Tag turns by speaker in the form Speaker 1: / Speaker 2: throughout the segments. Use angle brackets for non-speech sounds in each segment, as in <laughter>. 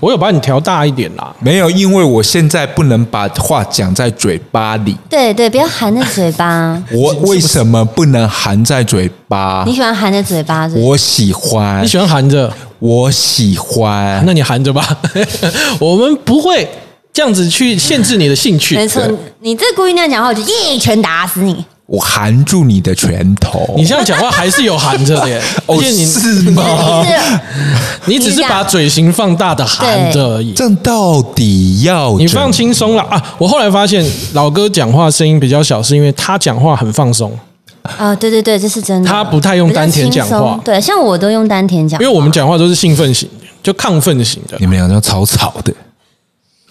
Speaker 1: 我有把你调大一点啦。
Speaker 2: 没有，因为我现在不能把话讲在嘴巴里。，
Speaker 3: 对对，不要含着嘴巴
Speaker 1: <laughs>
Speaker 2: 我为什么不能含在嘴巴
Speaker 3: 你？喜欢含着嘴巴是不是？
Speaker 2: 我喜欢
Speaker 1: 你，喜欢含着，
Speaker 2: 我喜欢。
Speaker 1: 那你含着吧。我们不会这样子去限制你的兴趣。
Speaker 3: 没错，你这故意那样讲话，我就一拳打死你。
Speaker 2: 我含住你的拳头。
Speaker 1: 你这样讲话还是有含着的耶，而
Speaker 2: 哦，
Speaker 1: 且你
Speaker 2: 是
Speaker 1: 哦
Speaker 3: <laughs>
Speaker 2: 吗？
Speaker 3: 是
Speaker 1: 你只是把嘴型放大的含着而已。
Speaker 2: 这样到底要
Speaker 1: 你
Speaker 2: 怎
Speaker 1: 放轻松了啊！我后来发现老哥讲话声音比较小，是因为他讲话很放松，
Speaker 3: 啊，对对对，这是真的。
Speaker 1: 他不太用丹田讲话
Speaker 3: 比较轻松对，像我都用丹田讲
Speaker 1: 因为。我们讲话都是兴奋型的，就亢奋型的
Speaker 2: 你。们两个吵吵的。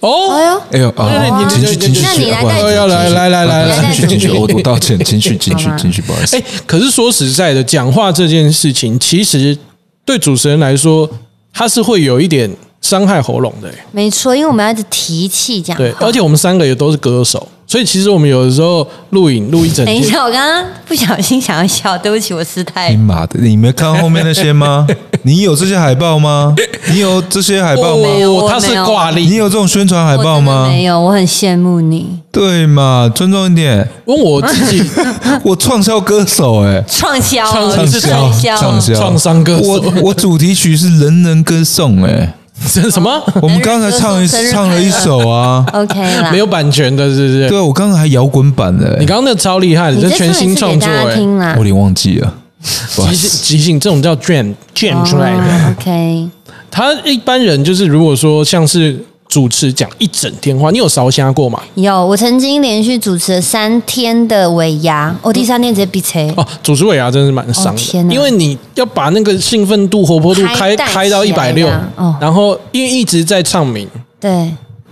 Speaker 3: 哎
Speaker 1: 哦，
Speaker 3: 呦，
Speaker 2: 哎呦
Speaker 1: 对
Speaker 2: 啊！
Speaker 1: 你
Speaker 2: 情
Speaker 1: 你
Speaker 2: 绪情绪，
Speaker 3: 那你来
Speaker 2: 啊不好意思
Speaker 1: 带
Speaker 2: 情绪
Speaker 1: 来来来来
Speaker 3: 来
Speaker 2: 情绪情绪，
Speaker 3: 来
Speaker 2: 我我道歉，情绪情绪
Speaker 3: 好吧
Speaker 2: 情绪，不好意思
Speaker 1: 哎。，可是说实在的，讲话这件事情，其实对主持人来说，他是会有一点伤害喉咙的。哎
Speaker 3: 没错，因为我们要一直提气哦讲话。
Speaker 1: 对，而且我们三个也都是歌手，所以其实我们有的时候录影录一整
Speaker 3: 等一
Speaker 1: 天，
Speaker 3: 下，我刚刚不小心想要笑，对不起，我失态
Speaker 2: 你。妈的！你没看后面那
Speaker 1: <laughs>
Speaker 2: 些吗？你有这些海报吗？你有这些海报吗？
Speaker 3: 有我
Speaker 1: 他哦是
Speaker 3: 没有
Speaker 1: 挂历
Speaker 2: 你，有这种宣传海
Speaker 3: 我
Speaker 2: 报
Speaker 3: 真的
Speaker 2: 吗？
Speaker 3: 没有，我很羡慕你，
Speaker 2: 对嘛，尊重一点。
Speaker 1: 问我自
Speaker 3: <laughs>
Speaker 1: 己
Speaker 2: 我创销歌手哎、
Speaker 3: 创销哦，
Speaker 1: 创
Speaker 3: 你是
Speaker 1: 销
Speaker 3: 创销
Speaker 2: 畅销
Speaker 1: 创伤歌手
Speaker 2: 我我主题曲是人人歌颂哎、
Speaker 1: 这什
Speaker 3: <laughs>
Speaker 1: 么
Speaker 2: 我们刚才唱一
Speaker 3: 生日快乐
Speaker 2: 唱了一
Speaker 1: <laughs>
Speaker 2: 首啊，
Speaker 3: ，OK 啦。
Speaker 1: 没有版权的，是不是？
Speaker 2: 对啊，我刚才还摇滚版的、哎
Speaker 1: 你刚刚那超厉害的，
Speaker 3: 你
Speaker 1: 这
Speaker 3: 这
Speaker 1: 全新创作
Speaker 3: 唱一次给大家
Speaker 1: 哎、
Speaker 3: 听啦
Speaker 2: 我有。点忘记了，不好
Speaker 1: 即
Speaker 2: 意
Speaker 1: 兴
Speaker 2: 思
Speaker 1: 即兴这种叫卷卷
Speaker 3: 哦
Speaker 1: 出来的。
Speaker 3: o k
Speaker 1: 他一般人就是如果说像是主持讲一整天话，你有烧虾过吗？
Speaker 3: 有，我曾经连续主持了三天的尾牙，我、第三天直接闭嘴。
Speaker 1: 哦，主持尾牙真是蛮伤
Speaker 3: 哦
Speaker 1: 的，
Speaker 3: 天哪
Speaker 1: 因为你要把那个兴奋度、活泼度开
Speaker 3: 开带起来
Speaker 1: 开到一百六
Speaker 3: 啊哦，
Speaker 1: 然后因为一直在唱名。
Speaker 3: 对，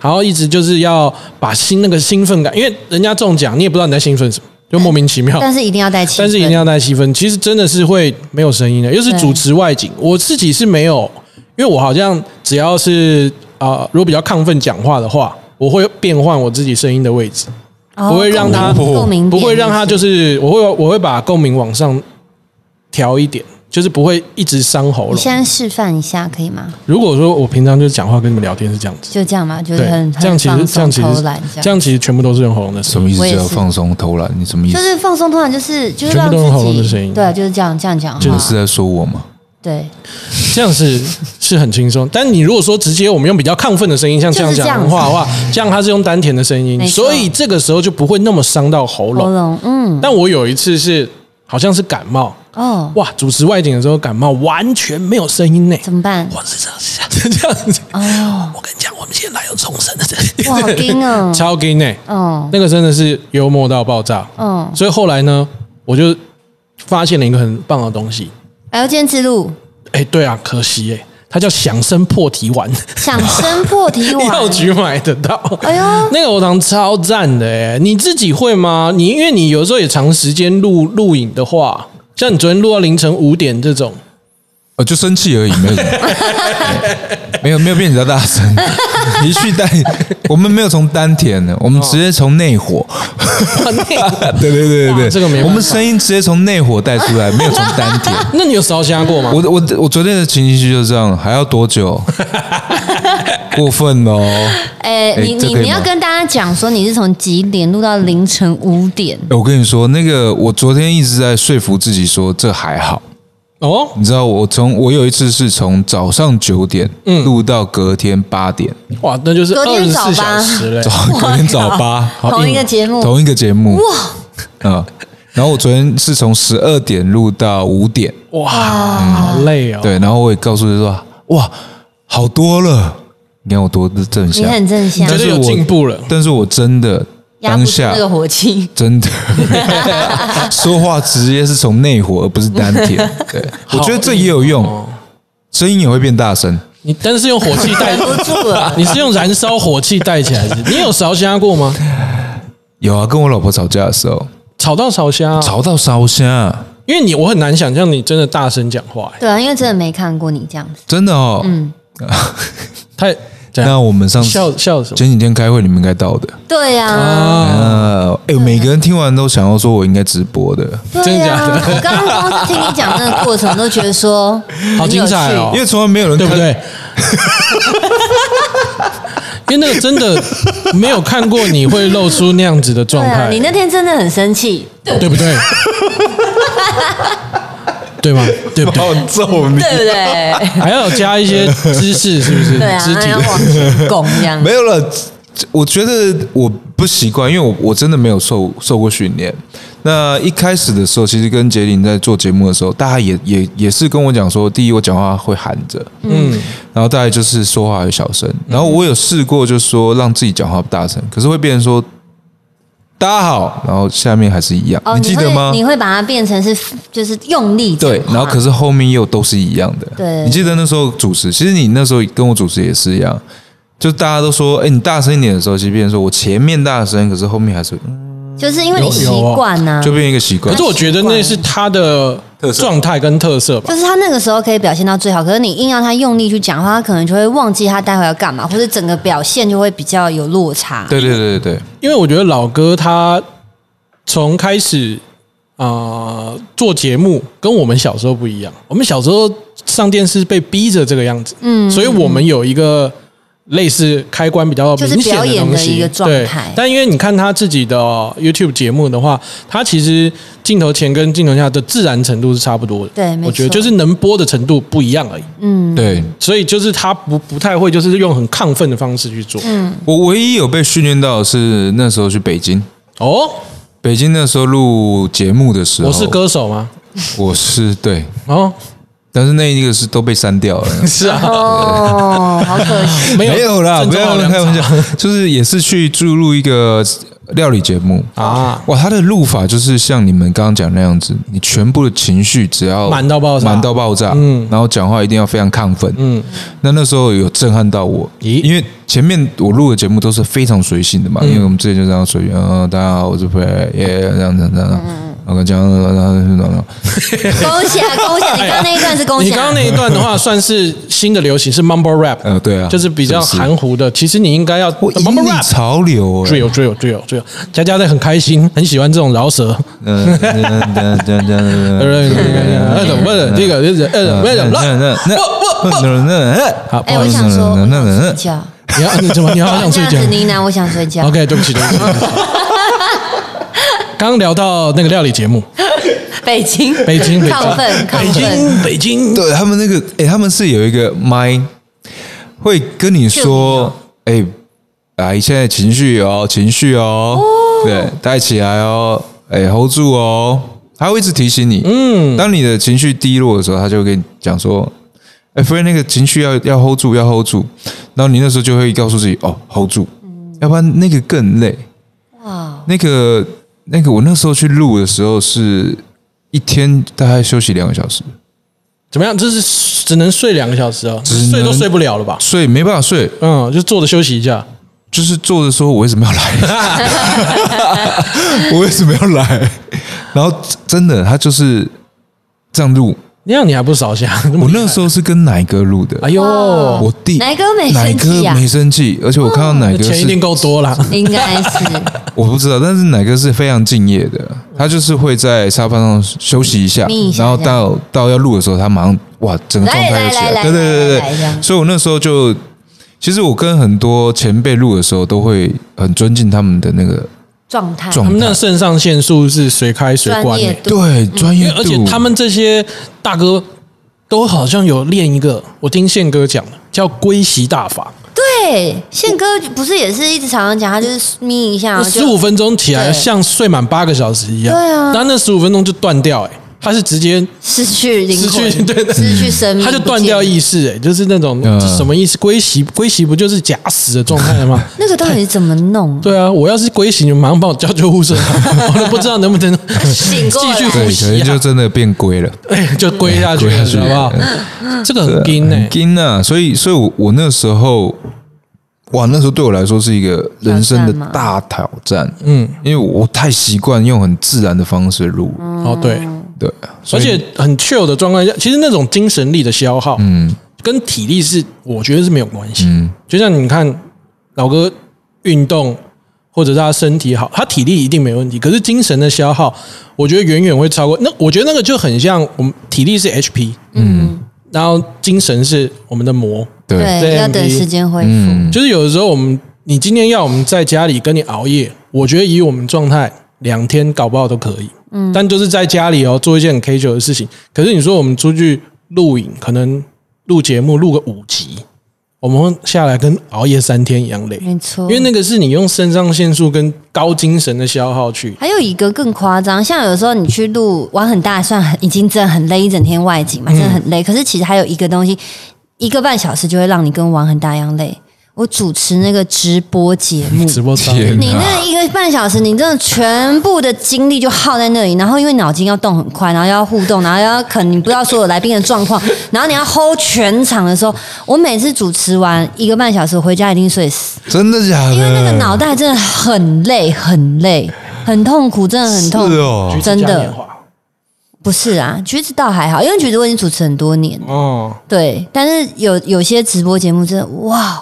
Speaker 1: 然后一直就是要把心那个兴奋感，因为人家中奖，你也不知道你在兴奋什么，就莫名其妙。
Speaker 3: 但是一定要带气氛，
Speaker 1: 哦但是一定要带气氛。其实真的是会没有声音的，又是主持外景，我自己是没有，因为我好像只要是啊、呃如果比较亢奋讲话的话，我会变换我自己声音的位置，
Speaker 3: 哦
Speaker 1: 不会让它
Speaker 3: 共鸣共鸣点，
Speaker 1: 不会让它就是我会我会把共鸣往上调一点，就是不会一直伤喉
Speaker 3: 你
Speaker 1: 咙。
Speaker 3: 现在示范一下可以吗？
Speaker 1: 如果说我平常就是讲话跟你们聊天是这样子，
Speaker 3: 就这样嘛，就是
Speaker 1: 对
Speaker 3: 很，
Speaker 1: 这样其实
Speaker 3: 很
Speaker 1: 这样
Speaker 3: 放
Speaker 1: 其
Speaker 3: 松偷
Speaker 1: 实
Speaker 3: 懒这
Speaker 1: 这
Speaker 3: 样。
Speaker 1: 样其实全部都是用喉咙的
Speaker 2: 什
Speaker 1: 声音。
Speaker 2: 么意思
Speaker 3: 我也
Speaker 2: 叫
Speaker 3: 是
Speaker 2: 放松偷懒？你什么意
Speaker 3: 就
Speaker 2: 思？
Speaker 3: 是放松，偷懒就是就是
Speaker 1: 全
Speaker 3: 让
Speaker 1: 部都是喉咙的
Speaker 3: 自
Speaker 1: 声音
Speaker 3: 己，对，啊就是这样这样讲
Speaker 2: 你
Speaker 3: 话，
Speaker 2: 是在说我吗？
Speaker 3: 对，
Speaker 1: 这样是是很轻松，但你如果说直接我们用比较亢奋的声音，像这样
Speaker 3: 就是这样
Speaker 1: 讲
Speaker 3: 子
Speaker 1: 话的话，
Speaker 3: <laughs>
Speaker 1: 这样它是用丹田的声音，
Speaker 3: 没错
Speaker 1: 所以这个时候就不会那么伤到喉
Speaker 3: 喉
Speaker 1: 咙。
Speaker 3: 咙，嗯，
Speaker 1: 但我有一次是好像是感冒，
Speaker 3: 哦，
Speaker 1: 哇，主持外景的时候感冒完全没有声音呢，
Speaker 3: 怎么办？
Speaker 1: 我是这样是 <laughs> 这样子。
Speaker 3: 哦，
Speaker 1: 我跟你讲，我们现在来有重生的声音，<laughs>
Speaker 3: 哇，好惊哦，
Speaker 1: 超给呢，
Speaker 3: 哦，
Speaker 1: 那个真的是幽默到爆炸。
Speaker 3: 嗯，
Speaker 1: 所以后来呢，我就发现了一个很棒的东西，
Speaker 3: 还要坚持录，
Speaker 1: 哎，对啊，可惜哎，它叫响声破题丸。
Speaker 3: 想升
Speaker 1: <laughs>
Speaker 3: 破题丸，
Speaker 1: 药局买得到。
Speaker 3: 哎
Speaker 2: <laughs>
Speaker 3: 呦
Speaker 1: 那个喉糖超赞的哎、你自己会吗？你因为你有时候也长时间录录影的话，像你昨天录到凌晨五点这
Speaker 3: <laughs>
Speaker 1: 种，
Speaker 2: 哦，就生气而已，没 <laughs> 有什么，没有没有变比较大 <laughs> 声，一去丹，我们没有从丹田的，我们直接从内火，哦 <laughs> 对对对对对，
Speaker 1: 这个没办法
Speaker 2: 我们声音直接从内火带出来，没有从丹田。
Speaker 1: 那你有烧香过吗？
Speaker 2: 我我我昨天的情绪就是这样，还要
Speaker 1: <laughs>
Speaker 2: 多久？过分哦！
Speaker 3: 哎、
Speaker 2: 哎
Speaker 3: 你
Speaker 2: 这
Speaker 3: 你
Speaker 2: 可以
Speaker 3: 你要
Speaker 2: 吗
Speaker 3: 跟大家讲说你是从几点录到凌晨五点，
Speaker 2: 哎我跟你说，那个我昨天一直在说服自己说这还好，
Speaker 1: 哦，
Speaker 2: 你知道我从我有一次是从早上九点
Speaker 1: 嗯
Speaker 2: 录到隔天八点，
Speaker 1: 哇，那就是
Speaker 3: 昨
Speaker 1: 二十
Speaker 3: 天早
Speaker 1: 四
Speaker 3: 吧
Speaker 1: 小时嘞
Speaker 2: 早。
Speaker 3: <laughs>
Speaker 2: 隔天早八，好
Speaker 3: 啊同一个节目
Speaker 2: 同一个节目哇， <laughs> 啊，然后我昨天是从十二点录到五点，
Speaker 1: 哇，好累哦。
Speaker 2: 对，然后我也告诉他说，哇，好多了，你看我多正
Speaker 3: 你
Speaker 2: 向，
Speaker 3: 很正向
Speaker 1: 觉，得有
Speaker 2: 我
Speaker 1: 进步了
Speaker 2: 但是我真的
Speaker 3: 压不
Speaker 2: 当
Speaker 3: 住
Speaker 2: 下
Speaker 3: 那个火气。<laughs>
Speaker 2: 真的说话直接是从内火，而不是丹
Speaker 3: <laughs>
Speaker 2: 田，对我觉得这也有用，
Speaker 1: 嗯
Speaker 2: 声音也会变大声。
Speaker 1: 你但是用火气带
Speaker 3: <laughs> 忍不住了，
Speaker 1: <laughs> 你是用燃烧火气带起来
Speaker 3: <laughs>
Speaker 1: 的。你有烧香过吗？
Speaker 2: 有啊，跟我老婆吵架的时候，
Speaker 1: 吵到烧香啊，
Speaker 2: 吵到烧香，
Speaker 1: 因为你我很难想象你真的大声讲话、欸，
Speaker 3: 对啊，因为真的没看过你这样子。
Speaker 2: 真的哦。嗯，
Speaker 1: 太怎
Speaker 2: <laughs> 那
Speaker 1: 样
Speaker 2: 我们上次
Speaker 1: 笑笑什么？
Speaker 2: 前几天开会，你们应该到的。
Speaker 3: 对呀、啊，
Speaker 1: 啊，
Speaker 2: 呃，哎、每个人听完都想要说我应该直播的，
Speaker 3: 对
Speaker 1: 真的
Speaker 3: 呀、
Speaker 1: 假的
Speaker 3: 我刚刚光是听你讲那个过程，都觉得
Speaker 2: <laughs>
Speaker 3: 说
Speaker 1: 好精彩哦
Speaker 3: 很有趣
Speaker 2: 因为从来没有人
Speaker 1: 对
Speaker 2: 看
Speaker 1: 不对？
Speaker 3: <laughs>
Speaker 1: 因为那个真的没有看过，你会露出那样子的状
Speaker 3: 对啊，
Speaker 1: 态，
Speaker 3: 你那天真的很生气，
Speaker 1: 对不
Speaker 3: <laughs>
Speaker 1: 对？对吗？对不对？
Speaker 2: 好揍你。
Speaker 3: 对不对？
Speaker 1: 还要加一些姿势，是不是？
Speaker 3: 对啊
Speaker 1: 肢，体
Speaker 3: 然后往前拱这样
Speaker 2: 没。有了，我觉得我不习惯，因为我我真的没有受受过训练。那一开始的时候，其实跟杰林在做节目的时候，大家也也也是跟我讲说，第一我讲话会含着，嗯，然后大概就是说话有小声，然后我有试过，就是说让自己讲话大声，可是会变成说。大家好，然后下面还是一样，
Speaker 3: 哦，
Speaker 2: 记得
Speaker 3: 会
Speaker 2: 吗？
Speaker 3: 你会把它变成是就是用力讲
Speaker 2: 对，然
Speaker 3: 话
Speaker 2: 后可是后面又都是一样的。
Speaker 3: 对
Speaker 2: 你记得那时候主持，其实你那时候跟我主持也是一样，就大家都说，哎，你大声一点的时候，即便说我前面大声，可是后面还是会嗯
Speaker 3: 就是因为你
Speaker 1: 有
Speaker 3: 习
Speaker 1: 有
Speaker 2: 啊
Speaker 1: 哦
Speaker 3: 惯啊呐、
Speaker 2: 就变一个习惯
Speaker 1: 可是。我觉得那是他的状态跟特色吧
Speaker 3: 就。是他那个时候可以表现到最好，可是你硬要他用力去讲话，他可能就会忘记他待会要干嘛，或者整个表现就会比较有落差。
Speaker 2: 对对对对对，
Speaker 1: 因为我觉得老哥他从开始啊做节目，跟我们小时候不一样。我们小时候上电视被逼着这个样子，嗯，所以我们有一个类似开关比较
Speaker 3: 就是
Speaker 1: 明显
Speaker 3: 表演
Speaker 1: 东
Speaker 3: 的
Speaker 1: 西，
Speaker 3: 一个状
Speaker 1: 对
Speaker 3: 态
Speaker 1: 但因为你看他自己的呃 YouTube 节目的话，他其实镜头前跟镜头下的自然程度是差不多的，
Speaker 3: 对没
Speaker 1: 我觉得
Speaker 3: 错
Speaker 1: 就是能播的程度不一样而已。
Speaker 2: 对
Speaker 1: 所以就是他不不太会，就是用很亢奋的方式去做。嗯，
Speaker 2: 我唯一有被训练到的是那时候去北京，
Speaker 1: 哦，
Speaker 2: 北京那时候录节目的时候，
Speaker 1: 我是，歌手吗？
Speaker 2: 我是对，
Speaker 1: 哦，
Speaker 2: 但是那一个是都被删掉了。
Speaker 1: 是
Speaker 3: <laughs>
Speaker 1: 啊，
Speaker 3: 哦，好
Speaker 1: <laughs>
Speaker 3: 可惜。
Speaker 1: 没有
Speaker 2: 没有啦，
Speaker 1: 正
Speaker 2: 不
Speaker 1: 宗
Speaker 2: 要
Speaker 1: 好凉
Speaker 2: 开玩笑
Speaker 1: 茶，
Speaker 2: 就是也是去注入一个料理节目
Speaker 1: 啊
Speaker 2: 哇，他的录法就是像你们刚刚讲那样子，你全部的情绪只要
Speaker 1: 满到爆炸
Speaker 2: 满到爆炸，嗯，然后讲话一定要非常亢奋，嗯，那那时候有震撼到我，
Speaker 1: 咦
Speaker 2: 因为前面我录的节目都是非常随性的嘛，因为我们之前就这样随性，嗯、大家好，我是飞，耶，这样这样这样，然后讲，然后然后然后然后
Speaker 3: 恭喜啊，恭喜啊！你刚刚那一段是恭
Speaker 1: 你
Speaker 3: 喜
Speaker 1: 刚
Speaker 3: 啊
Speaker 1: 刚，那一段的
Speaker 2: <laughs>
Speaker 1: 话，算是新的流行，是 mumble rap，
Speaker 2: 呃对啊
Speaker 1: 就是比较
Speaker 2: 是不是
Speaker 1: 含糊的。其实你应该要呃
Speaker 2: 我引
Speaker 1: mumble
Speaker 2: 领
Speaker 1: rap。哦
Speaker 2: 潮流、欸，
Speaker 1: drill drill drill drill，佳佳在很开心，很喜欢这种饶舌。
Speaker 2: 嗯，嗯嗯
Speaker 1: 呃，不是这个，就是呃，不是
Speaker 2: 那那
Speaker 1: 好，不
Speaker 3: 哎、
Speaker 1: 哦好
Speaker 3: 我
Speaker 1: 意思，
Speaker 3: 想说，我
Speaker 2: 那
Speaker 3: 想
Speaker 2: 那
Speaker 3: 睡觉。
Speaker 1: 你要你怎
Speaker 3: <laughs>
Speaker 1: 么你好想
Speaker 3: 这
Speaker 1: 睡
Speaker 3: 样
Speaker 1: 觉
Speaker 3: 子呢喃，我想睡觉。
Speaker 1: ？OK，对不起对不起。
Speaker 3: <laughs>
Speaker 1: 对不起刚聊到那个料理节目，
Speaker 3: 北京，
Speaker 1: 北京，北京
Speaker 3: 亢奋，
Speaker 1: 北
Speaker 3: 亢奋，
Speaker 1: 京，北京，
Speaker 2: 对他们那个，哎、他们是有一个麦会跟你说，哎、阿姨现在情绪哦，情绪哦，对，带起来哦，哎、hold 住哦，他会一直提醒你，嗯，当你的情绪低落的时候，他就会跟你讲说。哎，所以那个情绪要要 hold 住，要 hold 住。然后你那时候就会告诉自己，哦，hold 住，要不然那个更累。
Speaker 3: 哇，
Speaker 2: 那个那个，我那时候去录的时候是一天大概休息两个小时，
Speaker 1: 怎么样？这是只能睡两个小时啊，
Speaker 2: 能
Speaker 1: 睡都睡不了了吧？
Speaker 2: 所以没办法睡，
Speaker 1: 嗯，就坐着休息一下。
Speaker 2: 就是做的时候我为什么
Speaker 1: <laughs>
Speaker 2: 要来？我为什么要来？然后真的，他就是这样录。
Speaker 1: 那样你还不少想？
Speaker 2: <laughs> 我那时候是跟奶哥录的
Speaker 1: 哎，呦，
Speaker 2: 我弟
Speaker 3: 奶哥没生气
Speaker 2: 奶
Speaker 3: 啊
Speaker 2: 哥没生气，而且我看到奶哥
Speaker 1: 钱一定
Speaker 2: 是，
Speaker 1: 够多啦。
Speaker 3: 应该是
Speaker 2: 我不知道，但是奶哥是非常敬业的，他就是会在沙发上休息一下
Speaker 3: 眯一，下
Speaker 2: 然后到到要录的时候，他马上哇，整个状态
Speaker 3: 来
Speaker 2: 就起
Speaker 3: 来来来
Speaker 2: 对对对
Speaker 3: 来
Speaker 2: 对
Speaker 3: 来来
Speaker 2: 对，所以我那时候就，其实我跟很多前辈录的时候，都会很尊敬他们的那个
Speaker 3: 状态。
Speaker 1: 他
Speaker 2: 状
Speaker 1: 们
Speaker 2: 态
Speaker 1: 那，肾上腺素是随开随
Speaker 3: 专
Speaker 1: 关
Speaker 3: 业
Speaker 1: 的，
Speaker 3: 度，
Speaker 2: 对专业
Speaker 1: 因为
Speaker 2: 度，
Speaker 1: 而且他们这些大哥都好像有练一个，我听宪哥讲的叫龟息大法，
Speaker 3: 对，宪哥不是也是一直常常讲，他就是眯一下，
Speaker 1: 十
Speaker 3: 啊就
Speaker 1: 五分钟起来
Speaker 3: 对
Speaker 1: 像睡满八个小时一样。
Speaker 3: 对啊
Speaker 1: 但那十五分钟就断掉，哎，他是直接
Speaker 3: 失去灵
Speaker 1: 失
Speaker 3: 魂，
Speaker 1: 去对对
Speaker 3: 失去生命，
Speaker 1: 他就断掉
Speaker 3: 嗯不见了
Speaker 1: 意识，哎，就是那种
Speaker 2: 嗯
Speaker 1: 这什么意思？龟息龟息不就是假死的状态
Speaker 2: <laughs>
Speaker 1: 吗？
Speaker 3: 那个到底怎么弄？
Speaker 1: 对啊，我要是龟息，你们马上帮我叫救护
Speaker 2: <laughs>
Speaker 1: 车，我都不知道能不能
Speaker 3: 醒过
Speaker 1: 继
Speaker 3: 来
Speaker 1: 续
Speaker 2: 对
Speaker 1: 呼，
Speaker 2: 可
Speaker 1: 吸
Speaker 2: 能
Speaker 1: 啊
Speaker 2: 就。真的变龟了，
Speaker 1: 哎， <laughs> 就归下去
Speaker 2: <laughs> 归
Speaker 1: 了，
Speaker 2: 下去
Speaker 1: 好不好？
Speaker 3: 嗯
Speaker 1: 这个很硬哎
Speaker 2: 很，惊啊！所以，所以我我那时候，哇，那时候对我来说是一个人生的
Speaker 3: 挑战吗
Speaker 2: 大挑战，
Speaker 1: 嗯，
Speaker 2: 因为我太习惯用很自然的方式录，
Speaker 1: 哦对，
Speaker 2: 对，
Speaker 1: 而且很 chill 的状况下，其实那种精神力的消耗，
Speaker 2: 嗯
Speaker 1: 跟体力是我觉得是没有关系。
Speaker 2: 嗯
Speaker 1: 就像你看老哥运动，或者是他身体好，他体力一定没问题，可是精神的消耗，我觉得远远会超过。那我觉得那个就很像我们体力是 HP，
Speaker 2: 嗯，
Speaker 1: 然后精神是我们的魔。
Speaker 2: 对，
Speaker 1: 对
Speaker 3: 对，要等
Speaker 1: AMD
Speaker 3: 时间恢复。
Speaker 2: 嗯，
Speaker 1: 就是有的时候我们，你今天要我们在家里跟你熬夜，我觉得以我们状态，两天搞不好都可以。嗯，但就是在家里哦，做一件很 K 九的事情。可是你说我们出去录影，可能录节目录个五集，我们下来跟熬夜三天一样累，
Speaker 3: 没错，
Speaker 1: 因为那个是你用肾上腺素跟高精神的消耗去。
Speaker 3: 还有一个更夸张，像有时候你去录玩很大，算很已经真的很累，一整天外
Speaker 1: 嗯
Speaker 3: 景嘛，真的很累。可是其实还有一个东西，一个半小时就会让你跟玩很大一样累。我主持那个直播节目，
Speaker 1: 直播啊上
Speaker 2: 天
Speaker 3: 你那一个半小时，你真的全部的精力就耗在那里，然后因为脑筋要动很快，然后要互动，然后要可能你不知道所有来宾的状况，然后你要 hold 全场的时候，我每次主持完一个半小时我回家一定睡死，
Speaker 2: 真的假的？
Speaker 3: 因为那个脑袋真的很累，很累，很痛苦，真的很痛苦。
Speaker 2: 是哦，
Speaker 3: 真
Speaker 1: 橘
Speaker 3: 的
Speaker 1: 子嘉年华
Speaker 3: 不是啊，橘子倒还好，因为橘子我已经主持很多年，
Speaker 1: 哦，
Speaker 3: 对。但是有有些直播节目真的哇，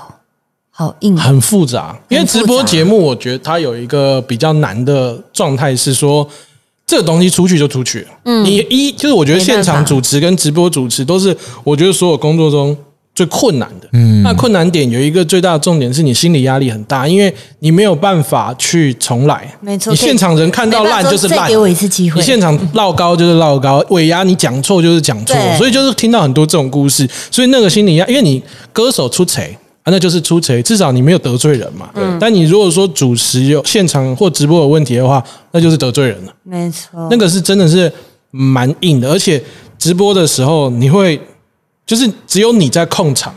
Speaker 3: 好硬，
Speaker 1: 很复杂，因为
Speaker 3: 很复杂
Speaker 1: 直播节目，我觉得它有一个比较难的状态是说，这个东西出去就出去了。嗯，你一就是我觉得
Speaker 3: 没办
Speaker 1: 现
Speaker 3: 法
Speaker 1: 场主持跟直播主持都是我觉得所有工作中最困难的。嗯，那困难点有一个最大的重点是你心理压力很大，因为你没有办法去重来。
Speaker 3: 没错
Speaker 1: 你
Speaker 3: 可以
Speaker 1: 现场人看到
Speaker 3: 没办
Speaker 1: 烂
Speaker 3: 法
Speaker 1: 就是
Speaker 3: 说
Speaker 1: 烂，
Speaker 3: 再给我一次机会
Speaker 1: 你现场唠高就是唠高，尾牙你讲错就是讲错，
Speaker 3: 对
Speaker 1: 所以就是听到很多这种故事，所以那个心理压，因为你歌手出丑啊，那就是出丑，至少你没有得罪人嘛。
Speaker 3: 嗯
Speaker 1: 但你如果说主持有现场或直播有问题的话，那就是得罪人了。
Speaker 3: 没错，
Speaker 1: 那个是真的是蛮硬的，而且直播的时候你会就是只有你在控场，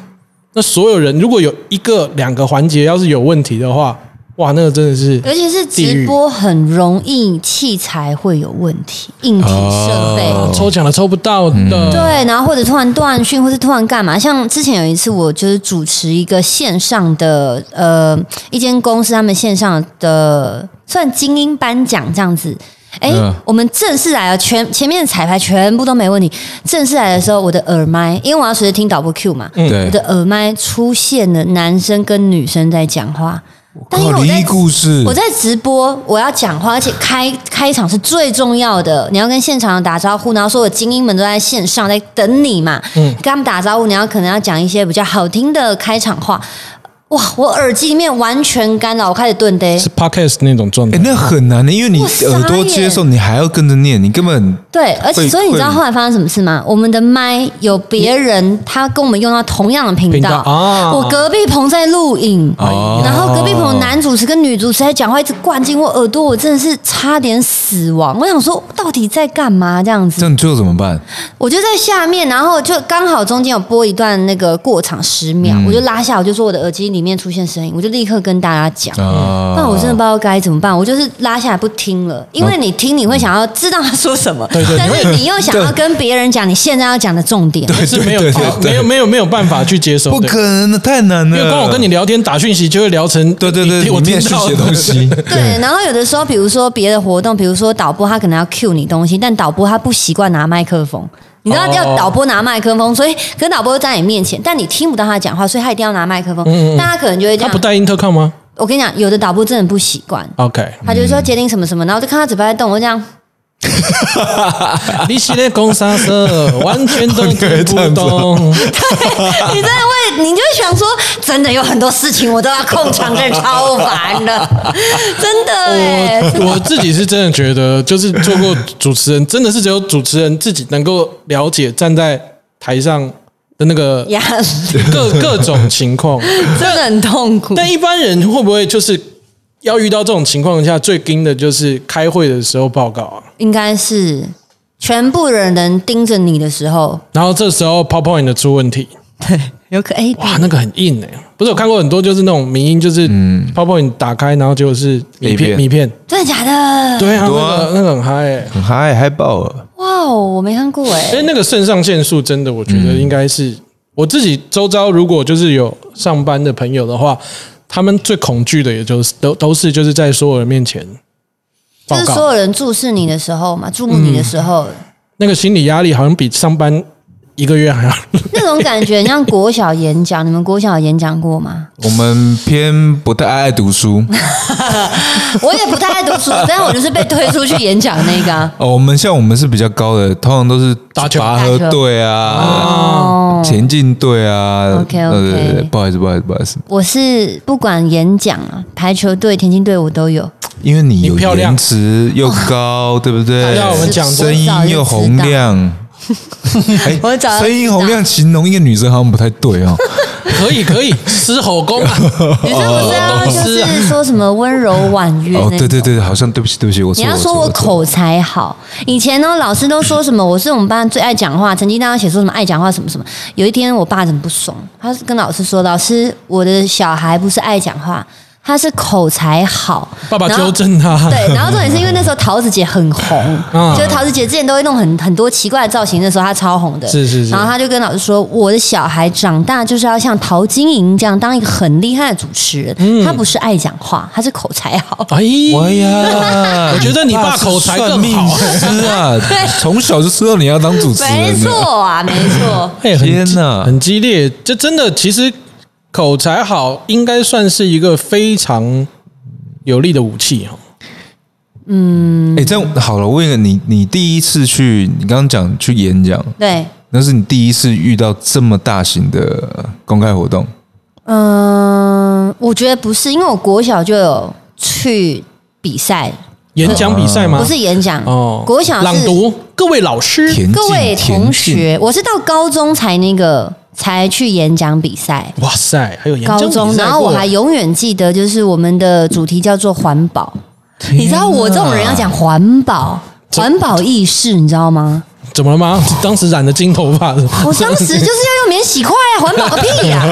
Speaker 1: 那所有人如果有一个两个环节要是有问题的话，哇，那个真的是
Speaker 3: 尤其是直播很容易器材会有问题，硬体呃设备。
Speaker 1: 啊
Speaker 2: 哦
Speaker 1: 抽奖的抽不到
Speaker 2: 嗯
Speaker 1: 的。
Speaker 3: 对，然后或者突然断讯，或是突然干嘛？像之前有一次，我就是主持一个线上的呃一间公司，他们线上的算精英颁奖这样子。哎、
Speaker 2: 嗯
Speaker 3: 我们正式来了，全前面的彩排全部都没问题。正式来的时候，我的耳麦，因为我要随时听导播 Q 嘛，我
Speaker 2: 嗯对
Speaker 3: 的，耳麦出现了男生跟女生在讲话，但因为
Speaker 2: 靠
Speaker 3: 我
Speaker 2: 灵
Speaker 3: 在
Speaker 2: 异故事
Speaker 3: 我，在直播，我要讲话，而且开开场是最重要的，你要跟现场打招呼，然后所有精英们都在线上在等你嘛，嗯，跟他们打招呼，你要可能要讲一些比较好听的开场话。哇，我耳机里面完全干扰，我开始顿呆。
Speaker 1: 是 podcast 那种状态
Speaker 2: 哎，。那很难的，因为你
Speaker 3: 我傻眼
Speaker 2: 耳朵接受，你还要跟着念，你根本
Speaker 3: 对，而且
Speaker 2: 会
Speaker 3: 所以你知道
Speaker 2: 会
Speaker 3: 后来发生什么事吗？我们的麦有别人，他跟我们用到同样的频
Speaker 1: 频道
Speaker 3: 道。
Speaker 1: 啊
Speaker 3: 我隔壁棚在录影，
Speaker 2: 哦
Speaker 3: 然后隔壁棚男主持跟女主持在讲话，一直灌进我耳朵，我真的是差点死亡。我想说，到底在干嘛这样
Speaker 2: 这
Speaker 3: 子？
Speaker 2: 样最后怎么办？
Speaker 3: 我就在下面，然后就刚好中间有播一段那个过场十秒，
Speaker 2: 嗯
Speaker 3: 我就拉下，我就说我的耳机里面出现声音，我就立刻跟大家讲。
Speaker 1: 嗯
Speaker 2: 啊，
Speaker 3: 不然我真的不知道该怎么办，我就是拉下来不听了，因为你听你会想要知道他说什么，
Speaker 1: 嗯对
Speaker 3: 但
Speaker 1: 你
Speaker 3: 是你又想要跟别人讲你现在要讲的重点，
Speaker 1: <laughs> 是没有
Speaker 2: 对对对
Speaker 1: 没有没有没有办法去接受，
Speaker 2: 不
Speaker 1: 对
Speaker 2: 可能的，太难了。
Speaker 1: 因为光我跟你聊天打讯息就会聊成
Speaker 2: 对对对，
Speaker 1: 你我
Speaker 2: 里
Speaker 1: 听
Speaker 2: 面是
Speaker 1: 到
Speaker 2: 写
Speaker 1: 的
Speaker 2: 东西，
Speaker 3: 对，然后有的时候，比如说别的活动，比如说导播他可能要 cue 你东西，但导播他不习惯拿麦克风，你知道
Speaker 1: 哦
Speaker 3: 要导播拿麦克风，所以可能导播在你面前，但你听不到他讲话，所以他一定要拿麦克风，但他可能就会
Speaker 1: <laughs>
Speaker 3: 这
Speaker 1: 嗯他
Speaker 3: 样
Speaker 1: 不。带嗯 intercom 吗
Speaker 3: 我跟你讲，有的导播真的不习惯，
Speaker 1: ？OK，
Speaker 3: 他就说杰林什么什么，然后我就看他嘴巴在动，我就这样。
Speaker 1: 你系列公沙色完全都听不
Speaker 2: <laughs>
Speaker 1: 懂，
Speaker 3: 你真的会，你就会想说，真的有很多事情我都要控场，真的超烦的，真的哎、
Speaker 1: 我我自己是真的觉得，就是做过主持人，真的是只有主持人自己能够了解站在台上的那个
Speaker 3: 呀，
Speaker 2: <laughs>
Speaker 1: 各各种情况。
Speaker 3: 真的很痛苦。
Speaker 1: 但一般人会不会就是要遇到这种情况下，最惊的就是开会的时候报告啊？
Speaker 3: 应该是全部的人盯着你的时候，
Speaker 1: 然后这时候 PowerPoint 的出问题，
Speaker 3: 有可哎，
Speaker 1: 哇，那个很硬哎、不是我看过很多，就是那种迷音，就是 PowerPoint 打开，然后结果是米
Speaker 2: 嗯 A 片
Speaker 1: 片，米片，
Speaker 3: 真的假的？
Speaker 1: 对啊，
Speaker 2: 多
Speaker 1: 那
Speaker 2: 啊
Speaker 1: 个那个很嗨哎、
Speaker 2: <laughs> 很嗨嗨爆了。
Speaker 3: 哇哦，我没看过哎、
Speaker 1: 哎，那个肾上腺素真的，我觉
Speaker 2: 嗯
Speaker 1: 得应该是我自己周遭，如果就是有上班的朋友的话，他们最恐惧的，也就是都都是就是在所有人面前
Speaker 3: 就
Speaker 1: 报
Speaker 3: 是所
Speaker 1: 告，嗯
Speaker 3: 有人注视你的时候嘛，注目你的时候，
Speaker 1: 那个心理压力好像比上班一个月还要。
Speaker 3: 那种感觉很像国小演讲，你们国小有演讲过吗？ <laughs>
Speaker 2: 我们偏不太爱读书，
Speaker 3: 我也不太爱读书，但是我就是被推出去演讲那个啊、
Speaker 2: 哦，我们像我们是比较高的，通常都是
Speaker 1: 打球
Speaker 2: 拔河
Speaker 3: 打球
Speaker 2: 队啊、
Speaker 1: 嗯
Speaker 3: 哦。
Speaker 2: 田径队啊。
Speaker 3: OK，OK
Speaker 2: 对对对，不好意思，不好意思，不好意思，
Speaker 3: 我是不管演讲啊、排球队、田径队我都有，
Speaker 2: 因为你有
Speaker 1: 你漂亮
Speaker 2: 颜值
Speaker 3: 哦
Speaker 2: 又高， <laughs> 对不对？
Speaker 1: 大家我们讲过
Speaker 2: 声音又洪
Speaker 3: <laughs>
Speaker 2: 亮。哎
Speaker 3: 我早就知道
Speaker 2: 声音洪亮形容一个女生好像不太
Speaker 3: <laughs>
Speaker 2: 对哦。
Speaker 1: 可以 <laughs> 可以，狮吼功 <laughs> 啊！
Speaker 3: 女生不是要
Speaker 1: 懂
Speaker 3: 就
Speaker 1: 事啊
Speaker 3: 是说什么温柔婉约
Speaker 2: 哦，
Speaker 3: 那种。
Speaker 2: 对对对，好像对不起对不起，我错
Speaker 3: 你要
Speaker 2: 了
Speaker 3: 说
Speaker 2: 错
Speaker 3: 我
Speaker 2: 了错了
Speaker 3: 口才好，以前呢老师都说什么我是我们班最爱讲话，曾 <coughs> 经大家写说什么爱哎讲话什么什么。有一天我爸怎么不爽，他是跟老师说，老师我的小孩不是爱讲话，他是口才好。
Speaker 1: 爸爸
Speaker 3: 然后
Speaker 1: 纠正他，
Speaker 3: 对，然后重点是因为那时候桃子姐
Speaker 1: <laughs>
Speaker 3: 很红，
Speaker 1: 嗯
Speaker 3: 就是桃子姐之前都会弄很很多奇怪的造型，那时候她超红的。
Speaker 1: 是是是
Speaker 3: 然后她就跟老师说：“我的小孩长大就是要像陶晶莹这样当一个很厉害的主持人，
Speaker 1: 嗯
Speaker 3: 她不是爱讲话，她是口才好。
Speaker 1: 哎
Speaker 2: 哎呀，
Speaker 3: <laughs>
Speaker 1: 我觉得你爸
Speaker 2: 是
Speaker 1: 口才
Speaker 2: 算
Speaker 1: 更
Speaker 2: 命
Speaker 1: 好
Speaker 2: 师啊，从小就知道你要当主”持
Speaker 3: 没
Speaker 2: 人。，
Speaker 3: 错啊，没
Speaker 1: <laughs>
Speaker 3: 错。
Speaker 1: 哎，很
Speaker 2: 天哪
Speaker 1: 很激烈，这真的其实口才好应该算是一个非常有力的武器哦。
Speaker 2: 哎，这样好了，我问一个你，你第一次去，你刚刚讲去演讲，
Speaker 3: 对，
Speaker 2: 那是你第一次遇到这么大型的公开活动，
Speaker 3: 嗯、我觉得不是，因为我国小就有去比赛，
Speaker 1: 演讲比赛吗？
Speaker 3: 不是演讲，
Speaker 1: 啊哦，
Speaker 3: 国啊小是
Speaker 1: 朗读，各位老师，
Speaker 2: 田径
Speaker 3: 各位同，
Speaker 2: 田径
Speaker 3: 学，我是到高中才那个才去演讲比赛。
Speaker 1: 哇塞，还有演讲比
Speaker 3: 高
Speaker 1: 赛
Speaker 3: 中，然后我
Speaker 1: 过
Speaker 3: 还永远记得，就是我们的主题叫做环保。你知道我这种人要讲环保、
Speaker 1: 这
Speaker 3: 环保意识，你知道吗？
Speaker 1: 怎么了吗？当时染的金头发的，
Speaker 3: <laughs> 我当时就是要用免洗筷啊，环保个屁呀、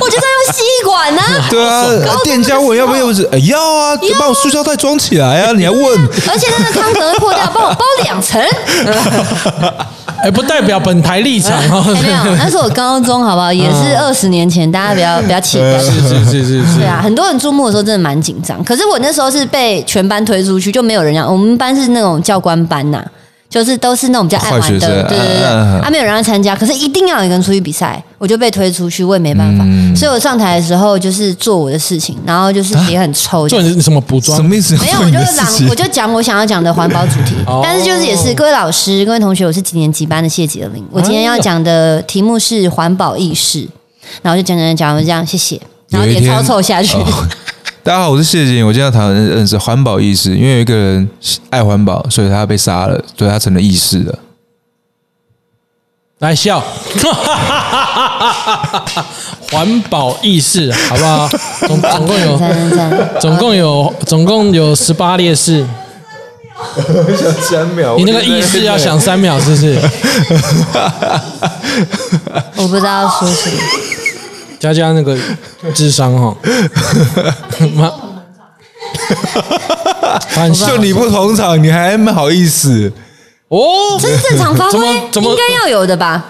Speaker 3: 我就是要用吸管呐、啊。
Speaker 2: <laughs> 对啊，店家问要不要用纸，哎要啊，就把我塑胶袋装起来啊！你还问，
Speaker 3: 而且那个汤可能会破掉，帮我包两层。
Speaker 1: <laughs> 哎，不代表本台立场
Speaker 3: 哎 <laughs> 没有，
Speaker 1: <laughs> 哦。
Speaker 3: 那是我高中，好不好？也是二十年前，大家不要不要气愤。
Speaker 1: 是是是是
Speaker 3: 对，
Speaker 2: 嗯
Speaker 3: 啊，很多人注目的时候真的蛮紧张。可是我那时候是被全班推出去，就没有人让。我们班是那种教官班呐、就是都是那种比较爱
Speaker 2: 哦坏学
Speaker 3: 玩
Speaker 2: 生
Speaker 3: 的，对对对，
Speaker 2: 啊
Speaker 3: 啊，没有人要参加。可是一定要有一个人出去比赛，我就被推出去，我也没办法。
Speaker 2: 嗯
Speaker 3: 所以我上台的时候就是做我的事情，然后就是也很
Speaker 1: <laughs>
Speaker 3: 臭。
Speaker 1: 做你什么补
Speaker 2: 什
Speaker 1: 妆？
Speaker 2: 么意思？
Speaker 3: 没
Speaker 2: <laughs>
Speaker 3: 有，我
Speaker 2: 啊问你
Speaker 3: 就
Speaker 2: 的
Speaker 3: 朗
Speaker 2: 事，情
Speaker 3: 我就讲我想要讲的环保主题
Speaker 1: 哦，
Speaker 3: 但是就是也是各位老师、各位同学，我是几年级班的谢杰
Speaker 2: 哎
Speaker 3: 玲，我今天要讲的题目是环保意识，然后就讲讲讲，我就这样谢谢，然后
Speaker 2: 有一
Speaker 3: 脸
Speaker 2: 天
Speaker 3: 超臭下去。
Speaker 2: 哦大家好，我是谢景，我今天要谈论认识环保意识，因为有一个人爱环保，所以他被杀了，所以他成了意识了。
Speaker 1: 来笑， <laughs> 环保意识，好不好？总总共
Speaker 3: <laughs>
Speaker 1: 有
Speaker 3: 赞赞赞！
Speaker 1: 总共有总共有十八列式，
Speaker 2: 想三秒
Speaker 1: 你那个意识要想三秒，是不
Speaker 2: <laughs>
Speaker 1: 是？
Speaker 3: 我不知道说什么。
Speaker 1: 加加那个智商
Speaker 2: <laughs>
Speaker 1: 哈，妈，把你笑
Speaker 2: 就你不同场，你还没好意思，
Speaker 1: 哦，
Speaker 3: <laughs> 这是正常发
Speaker 1: 怎
Speaker 3: 挥，
Speaker 1: 么怎么
Speaker 3: 应该要有的
Speaker 2: <laughs>
Speaker 3: 吧？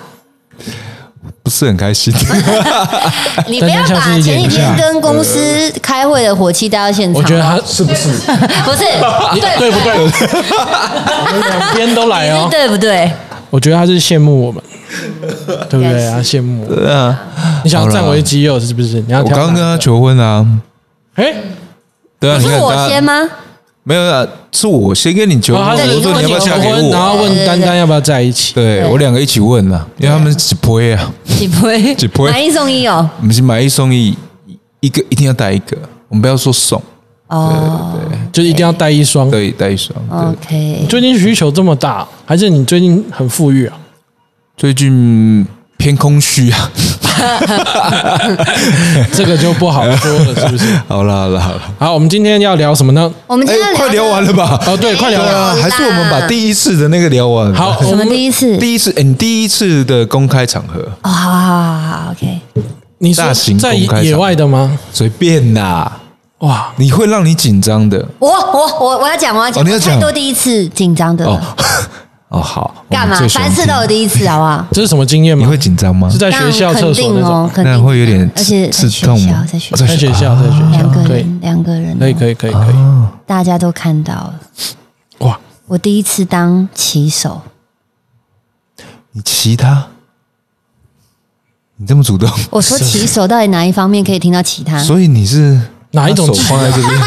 Speaker 2: 不是很
Speaker 3: <laughs>
Speaker 2: 开心。
Speaker 3: 你不要
Speaker 1: 但是下
Speaker 3: 把
Speaker 1: 次
Speaker 3: 前
Speaker 1: 演
Speaker 3: 几
Speaker 1: 一下
Speaker 3: 天跟公司开会的火气带到现场。
Speaker 1: 我觉得他是不是
Speaker 3: <laughs> 不
Speaker 2: <laughs>
Speaker 3: 是
Speaker 1: 你
Speaker 2: 啊
Speaker 3: 对
Speaker 1: 对不对？我们两边都
Speaker 2: 哎
Speaker 1: 来
Speaker 3: 你是
Speaker 1: 哦。
Speaker 3: 对不对？
Speaker 1: 我觉得他是羡慕我们，对不
Speaker 3: 应该
Speaker 1: 对？
Speaker 3: 是
Speaker 1: 他羡慕我，
Speaker 2: 对啊，
Speaker 1: 你想占我的肌肉是不是？你要
Speaker 2: 我
Speaker 1: 挑
Speaker 2: 刚
Speaker 1: 哪
Speaker 2: 刚
Speaker 1: 一
Speaker 2: 跟他
Speaker 1: 个
Speaker 2: 求婚啊，
Speaker 1: 哎，
Speaker 2: 对啊，
Speaker 3: 不
Speaker 2: 你
Speaker 3: 是
Speaker 2: 看
Speaker 3: 我
Speaker 2: 大家
Speaker 3: 先
Speaker 2: <laughs>
Speaker 3: 吗？
Speaker 2: 没有啊，是我先跟你求
Speaker 1: 然后
Speaker 2: 婚，
Speaker 1: 哦他
Speaker 3: 对
Speaker 1: 是
Speaker 2: 我
Speaker 3: 你跟
Speaker 2: 说
Speaker 1: 说
Speaker 2: 你要
Speaker 1: 你有
Speaker 2: 不要嫁给
Speaker 1: 婚，然后
Speaker 2: 我？
Speaker 1: 问丹丹要不要在一起。
Speaker 2: 对
Speaker 3: 对
Speaker 2: 我两个一起问啊，因为他们几杯啊，
Speaker 3: 几杯？
Speaker 2: 几杯
Speaker 3: 买一送一
Speaker 2: <laughs>
Speaker 3: 哦。
Speaker 2: 我们是买一送一，一个一定要带一个，我们不要说送，
Speaker 3: 哦
Speaker 1: 就是一定要带一双。
Speaker 2: 对，带一双。对，
Speaker 3: ，OK，
Speaker 1: 最近需求这么大，还是你最近很富裕
Speaker 2: <laughs>
Speaker 1: 啊？
Speaker 2: 最近偏空虚啊。 <laughs>
Speaker 1: 这个就不好说了，是不是？
Speaker 2: 好了好了好了，
Speaker 1: 好，我们今天要聊什么呢？
Speaker 3: 我们今
Speaker 2: 哎，
Speaker 3: 天
Speaker 2: 快聊完
Speaker 3: 了。
Speaker 2: 了吧？
Speaker 1: 哦，对，快
Speaker 2: 对
Speaker 1: 聊了。
Speaker 2: 啊，还是我们把第一次的那个聊完。
Speaker 1: 好，，
Speaker 3: 我
Speaker 1: 我
Speaker 3: 们
Speaker 1: 们
Speaker 3: 第一次
Speaker 2: 第一次，哎，你第一次的公开场合，
Speaker 3: 哦，好好好好好，OK。
Speaker 1: 你说
Speaker 2: 大型
Speaker 1: 在
Speaker 2: 公开场
Speaker 1: 野外的吗？
Speaker 2: 随便啦，
Speaker 1: 哇，
Speaker 2: 你会让你紧张的。
Speaker 3: 我我我我要讲，我要
Speaker 2: 哦
Speaker 3: 讲，
Speaker 2: 你要
Speaker 3: 我
Speaker 2: 讲
Speaker 3: 太多第一次紧张的
Speaker 2: 哦 <laughs>
Speaker 3: 了，
Speaker 2: 哦，好，
Speaker 3: 干嘛
Speaker 2: 我们最？喜欢
Speaker 3: 凡事都有
Speaker 2: 听
Speaker 3: 第一次，好不好？
Speaker 1: 这是什么经验吗？
Speaker 2: 你会紧张吗？
Speaker 1: 是在
Speaker 3: 当
Speaker 1: 学
Speaker 3: 然
Speaker 1: 校厕
Speaker 3: 肯
Speaker 1: 所
Speaker 3: 定
Speaker 1: 那种
Speaker 3: 哦，，肯
Speaker 2: 那
Speaker 3: 定
Speaker 2: 会有点
Speaker 3: 而且在
Speaker 2: 刺
Speaker 3: 学
Speaker 2: 痛
Speaker 3: 校
Speaker 2: 吗，？哦
Speaker 3: 在学
Speaker 2: 在
Speaker 3: 校，
Speaker 2: 啊
Speaker 1: 在学校，在学
Speaker 3: 两
Speaker 1: 校，
Speaker 3: 个
Speaker 1: 可以，
Speaker 3: 人，两个人哦，
Speaker 1: 可以，可以，可以，可以。
Speaker 3: 大家都看到了，
Speaker 1: 哇，
Speaker 3: 我第一次当骑手，
Speaker 2: 你骑他，你这么主动，
Speaker 3: 我说骑手到底哪一方面可以听到其他？
Speaker 2: 所以你是
Speaker 1: 哪一种啊
Speaker 2: 他手
Speaker 1: 骑
Speaker 2: 放在这
Speaker 3: <laughs>
Speaker 2: 边，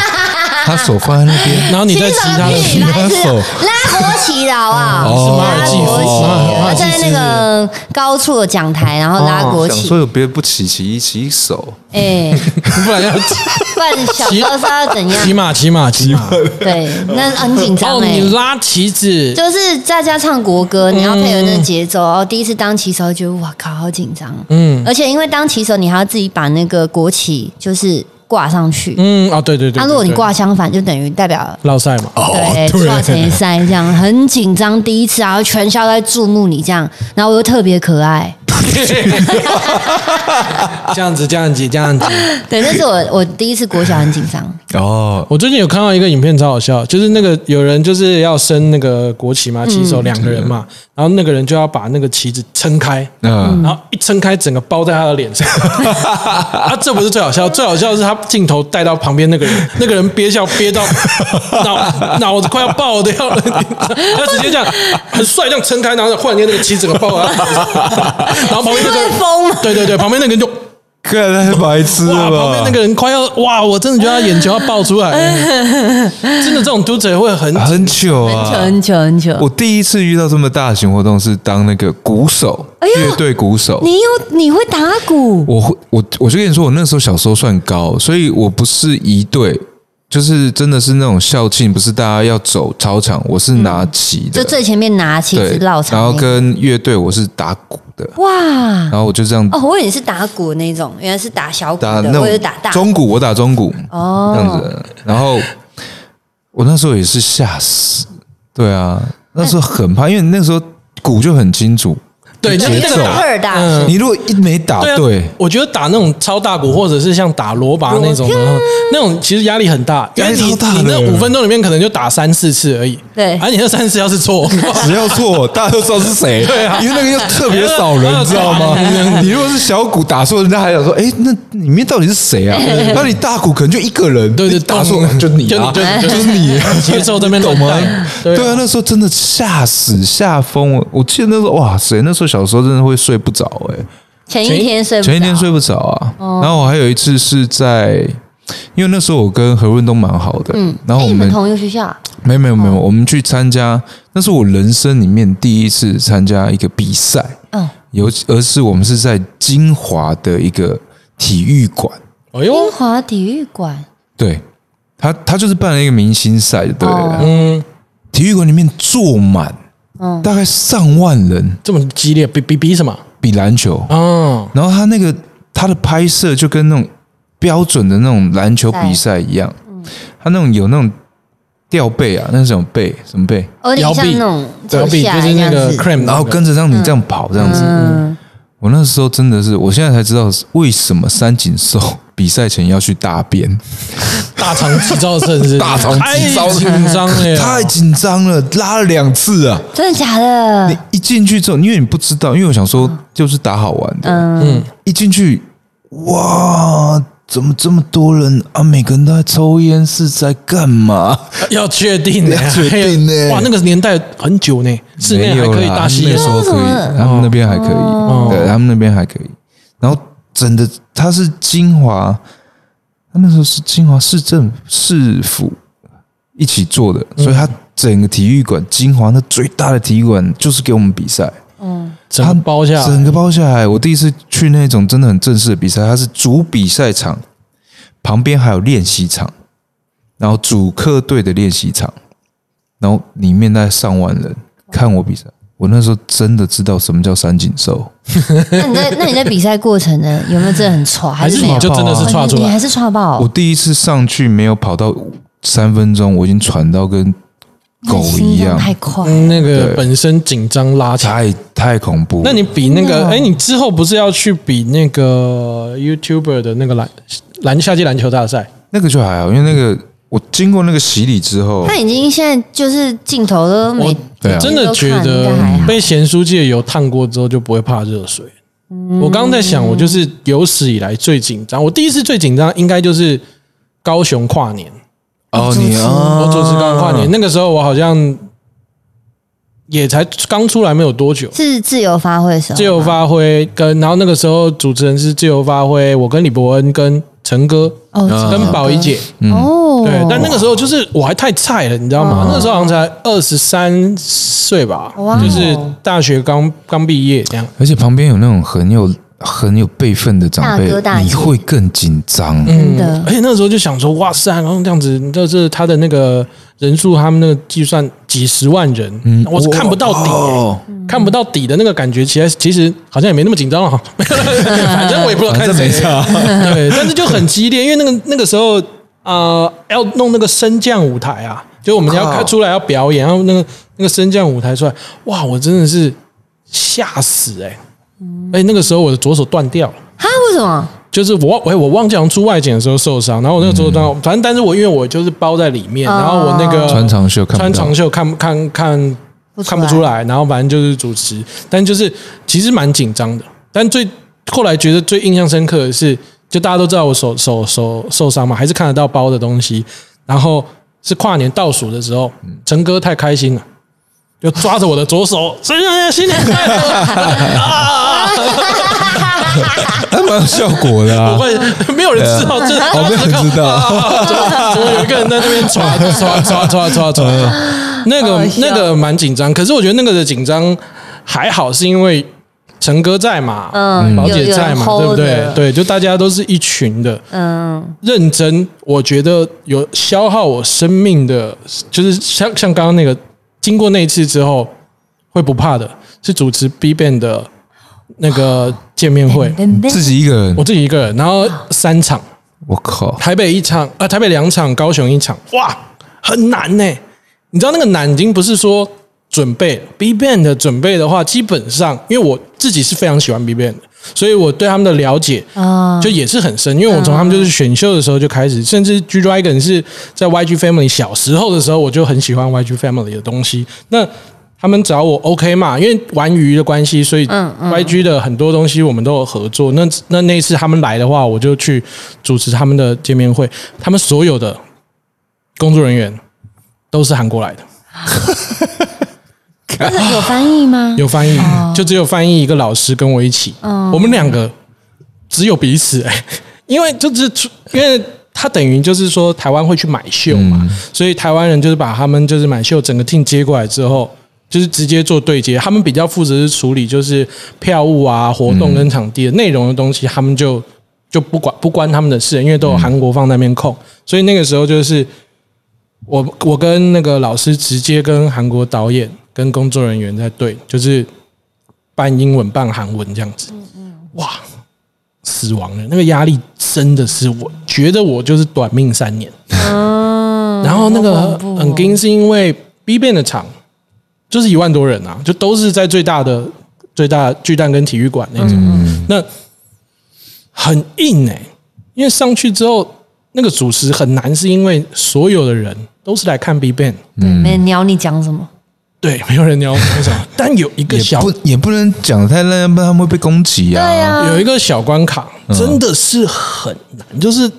Speaker 2: 他手放在那边，
Speaker 1: 然后你再骑他的
Speaker 3: 骑
Speaker 1: 手
Speaker 3: 手屁
Speaker 2: 他
Speaker 3: 来是
Speaker 2: 手
Speaker 3: 拉国旗的好不
Speaker 2: 哦
Speaker 3: 好？
Speaker 1: 是马
Speaker 3: 拉
Speaker 1: 尔济夫
Speaker 3: 国
Speaker 1: 马
Speaker 3: 旗，
Speaker 1: 马
Speaker 3: 他
Speaker 1: 尔济夫
Speaker 3: 在那个高处的讲台，然后拉国
Speaker 2: 哦想
Speaker 3: 旗
Speaker 2: 说。有别人不骑骑骑手，
Speaker 3: 哎，
Speaker 1: 不然要骑
Speaker 3: <laughs> 不然小时候是要
Speaker 1: <laughs>
Speaker 3: 怎
Speaker 1: 骑
Speaker 3: 样？
Speaker 1: 马骑马骑马。
Speaker 3: 对，那很紧张
Speaker 1: 哦，
Speaker 3: 哎
Speaker 1: 你。拉旗子，
Speaker 3: 就是大家唱国歌，你要配合那个节奏。然后第一次当骑手，觉得哇靠，好紧张。
Speaker 1: 嗯
Speaker 3: 而且因为当骑手，你还要自己把那个国旗就是挂上去。
Speaker 1: 嗯啊，对对对。
Speaker 3: 那、
Speaker 1: 对
Speaker 3: 如果你
Speaker 1: 对
Speaker 3: 挂相反，就等于代表
Speaker 1: 绕赛嘛，
Speaker 2: 哦
Speaker 3: 对，跨前赛这样很紧张，第一次，然后全校都在注目你这样，然后我又特别可爱。
Speaker 2: <laughs>
Speaker 1: 这样子这样子这样子。
Speaker 3: 对，那是我我第一次国小很紧张，
Speaker 2: 哦，
Speaker 1: 我最近有看到一个影片，超好笑，就是那个有人就是要升那个国旗嘛，旗手两个人嘛，然后那个人就要把那个旗子撑开，
Speaker 2: 嗯，
Speaker 1: 然后一撑开，整个包在他的脸上。 <laughs> 啊，这不是最好笑，最好笑的是他镜头带到旁边那个人，那个人憋笑憋到脑脑子快要爆掉了， <laughs> 他直接这样很帅这样撑开，然后忽然间那个旗整个爆了， <laughs> 然后旁边那个
Speaker 3: 会疯吗？
Speaker 1: 对对对，旁边那个人就
Speaker 2: 看太白痴
Speaker 1: 哇，
Speaker 2: 了
Speaker 1: 旁边
Speaker 2: 吧
Speaker 1: 那？个人快要哇，我真的觉得他眼球要爆出来了，真的这种读者会很
Speaker 2: 哎很久
Speaker 3: 很久
Speaker 2: 啊，
Speaker 3: 很久很久。
Speaker 2: 我第一次遇到这么大型活动是当那个鼓手，
Speaker 3: 哎呦
Speaker 2: 乐队鼓手。
Speaker 3: 你有你会打鼓？
Speaker 2: 我会，我我就跟你说，我那时候小时候算高，所以我不是一队，就是真的是那种校庆，不是大家要走操场，我是拿旗的，
Speaker 3: 嗯就最前面拿旗子
Speaker 2: 对，
Speaker 3: 绕
Speaker 2: 然后
Speaker 3: 场那个，
Speaker 2: 跟乐队我是打鼓的，
Speaker 3: 哇
Speaker 2: 然后我就这样
Speaker 3: 哦，我以为你是打鼓那种，原来是打小鼓
Speaker 2: 打
Speaker 3: 的，
Speaker 2: 那
Speaker 3: 我以为
Speaker 2: 种
Speaker 3: 打大鼓
Speaker 2: 中鼓，我打中鼓，
Speaker 3: 哦
Speaker 2: 这样子的。然后我那时候也是吓死，对啊，那时候很怕，因为那时候鼓就很清楚，
Speaker 1: 对
Speaker 2: 节
Speaker 1: 那
Speaker 2: 奏
Speaker 1: 个。
Speaker 3: 二大
Speaker 1: 嗯
Speaker 2: 你如果一没打
Speaker 1: 对啊，
Speaker 2: 对，
Speaker 1: 我觉得打那种超大鼓，或者是像打锣把那种的，那种其实压力很大，因为
Speaker 2: 啊压力
Speaker 1: 你
Speaker 2: 超大的
Speaker 1: 你那五分钟里面可能就打三四次而已，啊
Speaker 3: 对
Speaker 1: 而你那三次要是
Speaker 2: <laughs>
Speaker 1: 错，
Speaker 2: 只要 <laughs> 错，大家都知道是谁。对啊，因为啊那个又特别少 <laughs> 人，你知道吗？你如果是小鼓打错，人家还想说，哎，那里面到底是谁 <laughs> 啊？那你大鼓可能就一个人，
Speaker 1: 对对
Speaker 2: 你打错
Speaker 1: 懂
Speaker 2: 就你啊，
Speaker 1: 就你就
Speaker 2: 就是你啊，
Speaker 1: 节奏这边
Speaker 2: <laughs> 懂吗
Speaker 1: 乱带？
Speaker 2: 对
Speaker 1: 对啊
Speaker 2: 啊，那时候真的吓死吓疯了。我记得那时候，哇塞，那时候小时候真的会睡不着，哎，
Speaker 3: 前一天睡不着哦
Speaker 2: 前一天睡不着啊。然后我还有一次是在。因为那时候我跟何润东蛮好的，嗯，然后
Speaker 3: 哎
Speaker 2: 我
Speaker 3: 你们
Speaker 2: 们
Speaker 3: 同一个学校啊，
Speaker 2: 没有没有没有，我们去参加，那是我人生里面第一次参加一个比赛，
Speaker 3: 嗯，
Speaker 2: 尤其而是我们是在金华的一个体育馆，
Speaker 1: 哎呦，
Speaker 3: 英华体育馆，
Speaker 2: 对他他就是办了一个明星赛，对了，
Speaker 3: 哦
Speaker 1: 嗯，
Speaker 2: 体育馆里面坐满
Speaker 3: 嗯，
Speaker 2: 大概上万人，
Speaker 1: 这么激烈，比比比什么？
Speaker 2: 比篮球，
Speaker 1: 哦，
Speaker 2: 然后他那个他的拍摄就跟那种标准的那种篮球比赛一样，他那种有那种吊背啊，那是什么背？什么背？
Speaker 3: 哦有点
Speaker 1: 摇
Speaker 3: 像
Speaker 1: 臂
Speaker 3: 那种
Speaker 1: 隔
Speaker 3: 坐
Speaker 1: 壁
Speaker 3: 下
Speaker 1: 就
Speaker 3: 来
Speaker 1: 是
Speaker 3: 这
Speaker 1: 那
Speaker 3: 样
Speaker 1: 个
Speaker 3: 子，
Speaker 1: cream，
Speaker 2: 然后跟着让你这样跑，这样子，
Speaker 3: 嗯，
Speaker 2: 我那时候真的是，我现在才知道为什么三井寿比赛前要去大便，
Speaker 1: 大肠急躁症是
Speaker 2: 大肠急躁
Speaker 1: 太紧张了呀，
Speaker 2: 太紧张了，拉了两次啊！
Speaker 3: 真的假的？
Speaker 2: 你一进去之后，因为你不知道，因为我想说就是打好玩的，
Speaker 1: 嗯，
Speaker 2: 一进去，哇，怎么这么多人啊？每个人都在抽烟，是在
Speaker 1: <laughs>
Speaker 2: 干嘛？
Speaker 1: 要确定的，
Speaker 2: 要确定呢
Speaker 1: 哇，那个年代很久呢，室内
Speaker 2: 没
Speaker 1: 还
Speaker 2: 有
Speaker 1: 可以啊
Speaker 2: 啦
Speaker 1: 大吸
Speaker 2: 那
Speaker 1: 烟
Speaker 2: 时，候可以，他们那边还可以，对他们那边还可以。然后整的他是金华，他那时候是金华市政市府一起做的，所以他整个体育馆，金华那最大的体育馆就是给我们比赛，
Speaker 1: 整个包下来，
Speaker 2: 整个包下来。我第一次去那种真的很正式的比赛，它是主比赛场旁边还有练习场，然后主客队的练习场，然后里面大概上万人看我比赛。我那时候真的知道什么叫三井
Speaker 1: 哦
Speaker 2: 寿，
Speaker 3: 那你在那你在比赛过程呢，有没有真的很挫，还
Speaker 1: 还
Speaker 3: 是
Speaker 1: 是
Speaker 3: 没
Speaker 1: 你
Speaker 3: 有？
Speaker 1: 就真的是
Speaker 3: 哦
Speaker 1: 岔
Speaker 3: 你
Speaker 1: 出
Speaker 3: 你还
Speaker 1: 来，
Speaker 3: 是挫爆
Speaker 2: 我？第一次上去没有跑到三分钟，我已经喘到跟狗
Speaker 3: 那
Speaker 2: 一
Speaker 3: 你心脏
Speaker 2: 样，
Speaker 3: 太快。
Speaker 2: 啊
Speaker 1: 嗯那个本身紧张拉起来。
Speaker 2: 太太恐怖。
Speaker 1: 那你比那个，
Speaker 3: 真的
Speaker 1: 哎、你之后不是要去比那个 YouTuber 的那个篮篮夏季篮球大赛？
Speaker 2: 那个就还好，因为那个我经过那个洗礼之后
Speaker 3: 他，已经现在就是镜头都没
Speaker 1: 我，
Speaker 2: 对啊
Speaker 1: 真的觉
Speaker 3: 应该
Speaker 1: 得
Speaker 3: 还好
Speaker 1: 被咸书记油烫过之后就不会怕热水。我刚刚在想，我就是有史以来最紧张，我第一次最紧张应该就是高雄跨年，
Speaker 2: 哦，你啊，啊
Speaker 1: 我主持高雄跨年，那个时候我好像也才刚出来没有多久，
Speaker 3: 是自由发挥的时候吗，
Speaker 1: 自由发挥跟然后那个时候主持人是自由发挥，我跟李伯恩跟陈哥
Speaker 3: 哦，
Speaker 2: 嗯
Speaker 1: 跟宝仪姐，
Speaker 3: 哦，
Speaker 1: 对，但那个时候就是我还太菜了，你知道吗？那时候好像才二十三岁吧
Speaker 3: 哇，哦
Speaker 1: 就是大学刚刚毕业这样。
Speaker 2: 而且旁边有那种很有很有辈分的长辈
Speaker 3: 大哥大，姐
Speaker 2: 你会更紧张。
Speaker 1: 嗯
Speaker 3: 真的
Speaker 1: 而且那时候就想说，哇塞，然后这样子，这这他的那个人数，他们那个计算几十万人，我是看不到底、
Speaker 2: 嗯哦
Speaker 1: 看不到底的那个感觉，其实其实好像也没那么紧张了哈，反正我也不知道
Speaker 2: 反
Speaker 1: 看
Speaker 2: 正
Speaker 1: 谁
Speaker 2: 没，差。
Speaker 1: 对，但是就很激烈，因为那个那个时候啊、呃要弄那个升降舞台啊，就我们要
Speaker 2: 靠
Speaker 1: 开出来要表演，然后那个那个升降舞台出来，哇，我真的是吓死哎、欸！哎、那个时候我的左手断掉了。
Speaker 3: 哈，为
Speaker 1: <laughs>
Speaker 3: 什么？
Speaker 1: 就是我，哎，我忘记好像出外景的时候受伤，然后我那个时
Speaker 2: 嗯
Speaker 1: 候当，反正但是我因为我就是包在里面，
Speaker 3: 哦
Speaker 1: 然后我那个
Speaker 2: 穿长袖看不到
Speaker 1: 穿长袖看看看
Speaker 3: 不出来
Speaker 1: 看不出来，然后反正就是主持，但就是其实蛮紧张的，但最后来觉得最印象深刻的是，就大家都知道我手手手受伤嘛，还是看得到包的东西，然后是跨年倒数的时候，
Speaker 2: 嗯
Speaker 1: 陈哥太开心了。就抓着我的左手， <laughs> 生日新年快乐 <laughs> 啊！ <laughs>
Speaker 2: 还蛮有效果的、
Speaker 1: <laughs> 不
Speaker 2: 啊。
Speaker 1: 会，没有人知道，
Speaker 2: <laughs>
Speaker 1: 这
Speaker 2: 哦，没有人
Speaker 1: <laughs>
Speaker 2: 知道，
Speaker 1: 怎么有一个人在那边刷刷刷刷刷刷？那
Speaker 3: 好
Speaker 1: 个
Speaker 3: 笑
Speaker 1: 那个蛮紧张，可是我觉得那个的紧张还好，是因为陈哥在嘛，
Speaker 3: 嗯
Speaker 1: 宝
Speaker 3: 有
Speaker 1: 姐
Speaker 3: 有
Speaker 1: 在
Speaker 3: 人
Speaker 1: 嘛，对
Speaker 3: hold
Speaker 1: 不对
Speaker 3: 着？
Speaker 1: 对，就大家都是一群的，
Speaker 3: 嗯，
Speaker 1: 认真，我觉得有消耗我生命的，就是像像刚刚那个，经过那一次之后会不怕的，是主持 B Ban 的那个见面会，
Speaker 2: 自己一个人
Speaker 1: 我，自己一个人，然后三场。
Speaker 2: 我靠，
Speaker 1: 台北一场啊、台北两场，高雄一场，哇，很难呢、你知道那个难已经不是说准备 B band 的准备的话，基本上因为我自己是非常喜欢 B band 的，所以我对他们的了解
Speaker 3: 啊
Speaker 1: 就也是很深，因为我从他们就是选秀的时候就开始，
Speaker 3: 嗯
Speaker 1: 甚至 G Dragon 是在 YG Family 小时候的时候，我就很喜欢 YG Family 的东西。那他们找我 OK 嘛？因为玩鱼的关系，所以
Speaker 3: 嗯嗯
Speaker 1: YG 的很多东西我们都有合作。那那那一次他们来的话，我就去主持他们的见面会。他们所有的工作人员都是韩国来的，
Speaker 3: 但是有翻译吗？
Speaker 1: 有翻译，就只有翻译一个老师跟我一起，我们两个只有彼此、哎，因为就是出因为。他等于就是说，台湾会去买秀嘛，所以台湾人就是把他们就是买秀整个 team 接过来之后，就是直接做对接。他们比较负责是处理就是票务啊、活动跟场地的内容的东西，他们就就不管不关他们的事，因为都有韩国放那边控。所以那个时候就是我我跟那个老师直接跟韩国导演跟工作人员在对，就是半英文半韩文这样子。
Speaker 3: 嗯
Speaker 1: 哇，死亡了！那个压力真的是我觉得我就是短命三年。
Speaker 3: 嗯，
Speaker 1: 然后那
Speaker 3: 好
Speaker 1: 个
Speaker 3: 恐怖哦
Speaker 1: 很惊是因为 B 变的场就是一万多人啊，就都是在最大的最大巨蛋跟体育馆那种，
Speaker 3: 嗯
Speaker 1: 那很硬哎、因为上去之后那个主持很难，是因为所有的人都是来看 B Ban，
Speaker 3: 对，没人鸟你讲什么，
Speaker 1: 对，没有人聊为什么，但有一个
Speaker 2: 也
Speaker 1: 小
Speaker 2: 不也不能讲得太烂，不然他们会被攻击啊。
Speaker 3: 对啊，
Speaker 1: 有一个小关卡，
Speaker 2: 嗯
Speaker 1: 真的是很难。就是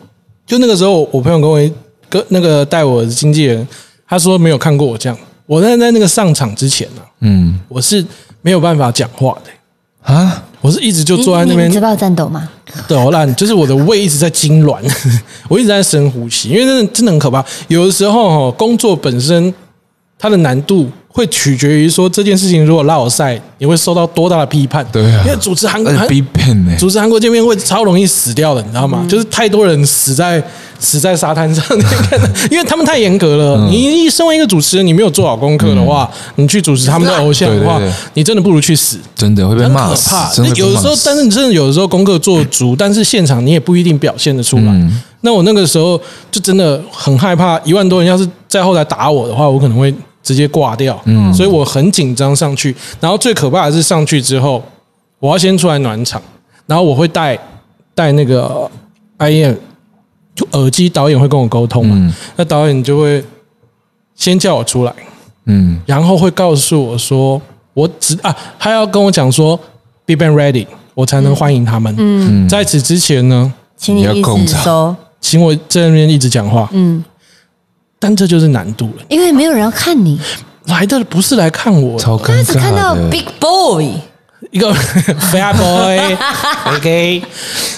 Speaker 1: 就那个时候，我朋友跟我一跟那个带我的经纪人，他说没有看过我这样。我在在那个上场之前呢、啊
Speaker 2: 嗯
Speaker 1: 我是没有办法讲话的、
Speaker 2: 啊，
Speaker 1: 我是一直就
Speaker 3: 你
Speaker 1: 坐在那边
Speaker 3: 你知道战斗吗？
Speaker 1: <laughs> 抖烂，就是我的胃一直在痉挛， <laughs> 我一直在深呼吸，因为真的真的很可怕。有的时候哦，工作本身它的难度会取决于说这件事情如果落赛，你会受到多大的批判。
Speaker 2: 对啊
Speaker 1: 因为主持韩国
Speaker 2: 而且 B ban 呢、
Speaker 1: 主持韩国见面会超容易死掉的，你知道吗？就是太多人死在死在沙滩上， <laughs> 你看因为他们太严格了。
Speaker 2: 嗯
Speaker 1: 你一身为一个主持人，你没有做好功课的话，你去主持他们的偶像的话
Speaker 2: 对对对，
Speaker 1: 你真的不如去死。
Speaker 2: 真的会被
Speaker 1: 很
Speaker 2: 骂
Speaker 1: 可
Speaker 2: 死
Speaker 1: 怕，。
Speaker 2: 真的被
Speaker 1: 有的
Speaker 2: 骂
Speaker 1: 时候，
Speaker 2: 死嗯
Speaker 1: 但是你真的有的时候功课做足，但是现场你也不一定表现得出来。那我那个时候就真的很害怕，一万多人要是在后台打我的话，我可能会直接挂掉。嗯，所以我很紧张上去。然后最可怕的是上去之后，我要先出来暖场，然后我会带带那个 I M 就耳机，导演会跟我沟通嘛。那导演就会先叫我出来，
Speaker 2: 嗯，
Speaker 1: 然后会告诉我说，我只啊，他要跟我讲说，Big Bang Ready，我才能欢迎他们。嗯，在此之前呢，
Speaker 3: 请你
Speaker 2: 你要
Speaker 3: 一
Speaker 2: 控
Speaker 3: 直
Speaker 2: 场
Speaker 3: 收，
Speaker 1: 请我在那边一直讲话，
Speaker 3: 嗯，
Speaker 1: 但这就是难度了。
Speaker 3: 因为没有人要看你，
Speaker 1: 来的不是来看我的，
Speaker 2: 超尴
Speaker 3: 他
Speaker 2: 尬
Speaker 3: 只
Speaker 2: 的。
Speaker 3: 看到 Big Boy，
Speaker 1: 一个 fat boy，OK。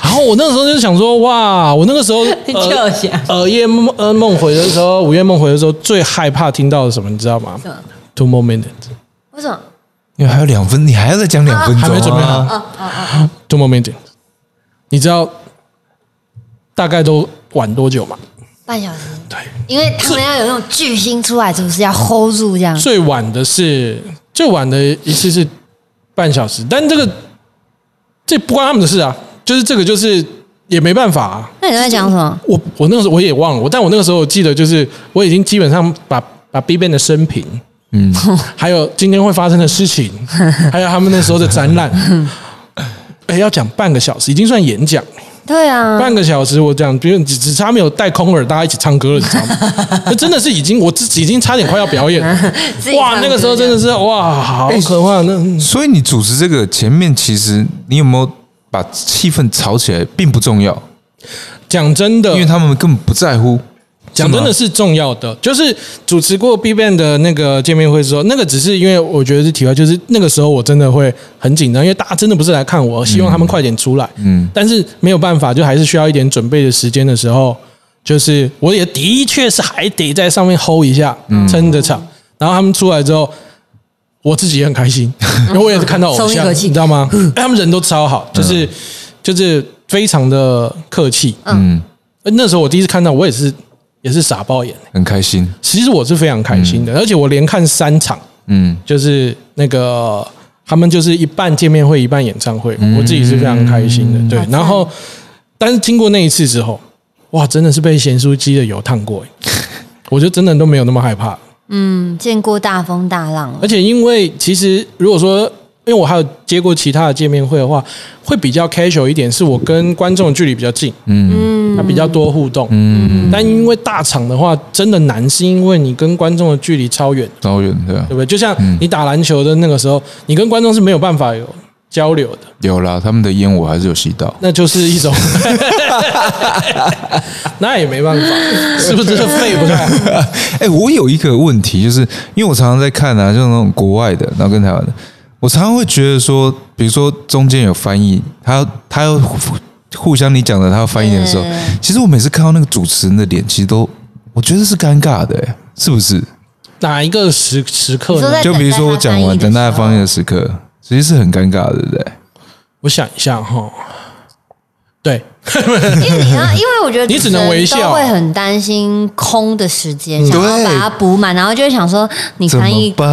Speaker 1: 然后我那个时候就想说，哇，我那个时候
Speaker 3: 就想
Speaker 1: 呃夜梦呃梦回的时候，午夜梦回的时候，最害怕听到的是什么，你知道吗
Speaker 3: 什么
Speaker 1: ？Two more minutes,
Speaker 3: 为什么？
Speaker 2: 因为还有两分，你还要再讲两分钟、啊，
Speaker 1: 还没准备好
Speaker 3: 哦哦哦，
Speaker 1: two more minutes。你知道大概都晚多久吗？
Speaker 3: 半小时，
Speaker 1: 对，
Speaker 3: 因为他们要有那种巨星出来，是不是要 hold 住这样？
Speaker 1: 最晚的是最晚的一次是半小时，但这个这不关他们的事啊，就是这个就是也没办法啊。
Speaker 3: 那你在讲什么？
Speaker 1: 我我那个时候我也忘了，我但我那个时候我记得就是我已经基本上把把 B Ban 的生平，嗯， <laughs> 还有今天会发生的事情，还有他们那时候的展览，哎，要讲半个小时，已经算演讲了。
Speaker 3: 对啊，
Speaker 1: 半个小时我讲，别人只只差没有戴空耳，大家一起唱歌了，你知道
Speaker 3: <laughs>
Speaker 1: 吗？那真的是已经我自己已经差点快要表演了
Speaker 3: 自己唱
Speaker 1: 哇，那个时候真的是哇，好可怕！那
Speaker 2: 所以你主持这个前面，其实你有没有把气氛炒起来，并不重要，
Speaker 1: 讲真的
Speaker 2: 因，为他们根本不在乎。
Speaker 1: 讲真的
Speaker 2: 是
Speaker 1: 是重要的，就是主持过 B Ban 的那个见面会之后，那个只是因为我觉得是体外，就是那个时候我真的会很紧张，因为大家真的不是来看我，希望他们快点出来，嗯，但是没有办法，就还是需要一点准备的时间的时候，就是我也的确是还得在上面 hold 一下，撑着场，然后他们出来之后。我自己也很开心，因为我也是看到偶
Speaker 3: 松一
Speaker 1: 像，
Speaker 3: 口
Speaker 1: 你
Speaker 3: 气
Speaker 1: 知道吗？哎他们人都超好，就是、就是非常的客气。
Speaker 2: 嗯，
Speaker 1: 呃那时候我第一次看到，我也是也是傻爆眼。
Speaker 2: 很开心。
Speaker 1: 其实我是非常开心
Speaker 3: 嗯
Speaker 1: 的，而且我连看三场，
Speaker 2: 嗯，
Speaker 1: 就是那个他们就是一半见面会，一半演唱会，我自己是非常开心的。对
Speaker 3: 嗯好，赞
Speaker 1: 然后但是经过那一次之后，哇，真的是被咸酥鸡的油烫过耶，
Speaker 3: <laughs>
Speaker 1: 我就真的都没有那么害怕。
Speaker 3: 嗯，见过大风大
Speaker 1: <laughs>
Speaker 3: 浪了
Speaker 1: 而且因为其实如果说，因为我还有接过其他的见面会的话，会比较 casual 一点，是我跟观众的距离比较近，嗯，那比较多互动，嗯。但因为大场的话，真的难，是因为你跟观众的距离超远，
Speaker 2: 高远对吧啊
Speaker 1: 对？不对？就像你打篮球的那个时候，你跟观众是没有办法有交流 <laughs> 的，
Speaker 2: 有啦，他们的烟我还是有吸到。
Speaker 1: 那就是一种， <laughs> 那也没办法，是不是这肺不太好？
Speaker 2: <laughs> 哎、我有一个问题，就是因为我常常在看啊，就是那种国外的，然后跟台湾的，我常常会觉得说，比如说中间有翻译，他他要互互相你讲的，他要翻译的时候
Speaker 3: 对，
Speaker 2: 其实我每次看到那个主持人的脸，其实都我觉得是尴尬的、哎是不是？
Speaker 1: 哪一个时时刻
Speaker 3: 你说
Speaker 1: 呢
Speaker 3: 在？
Speaker 2: 就比如说我讲完
Speaker 3: 等
Speaker 2: 等
Speaker 3: 待
Speaker 2: 大
Speaker 3: 他
Speaker 2: 家
Speaker 3: 翻译
Speaker 2: 翻
Speaker 3: 的
Speaker 2: 译的时刻，其实是很尴尬的，对不对？
Speaker 1: 我想一下哈，对。
Speaker 3: 因为你要，因为我觉得
Speaker 1: 你只能微笑
Speaker 3: 主持人都会很担心空的时间，想要
Speaker 2: 对
Speaker 3: 把它补满，然后就会想说你翻译
Speaker 2: 怎么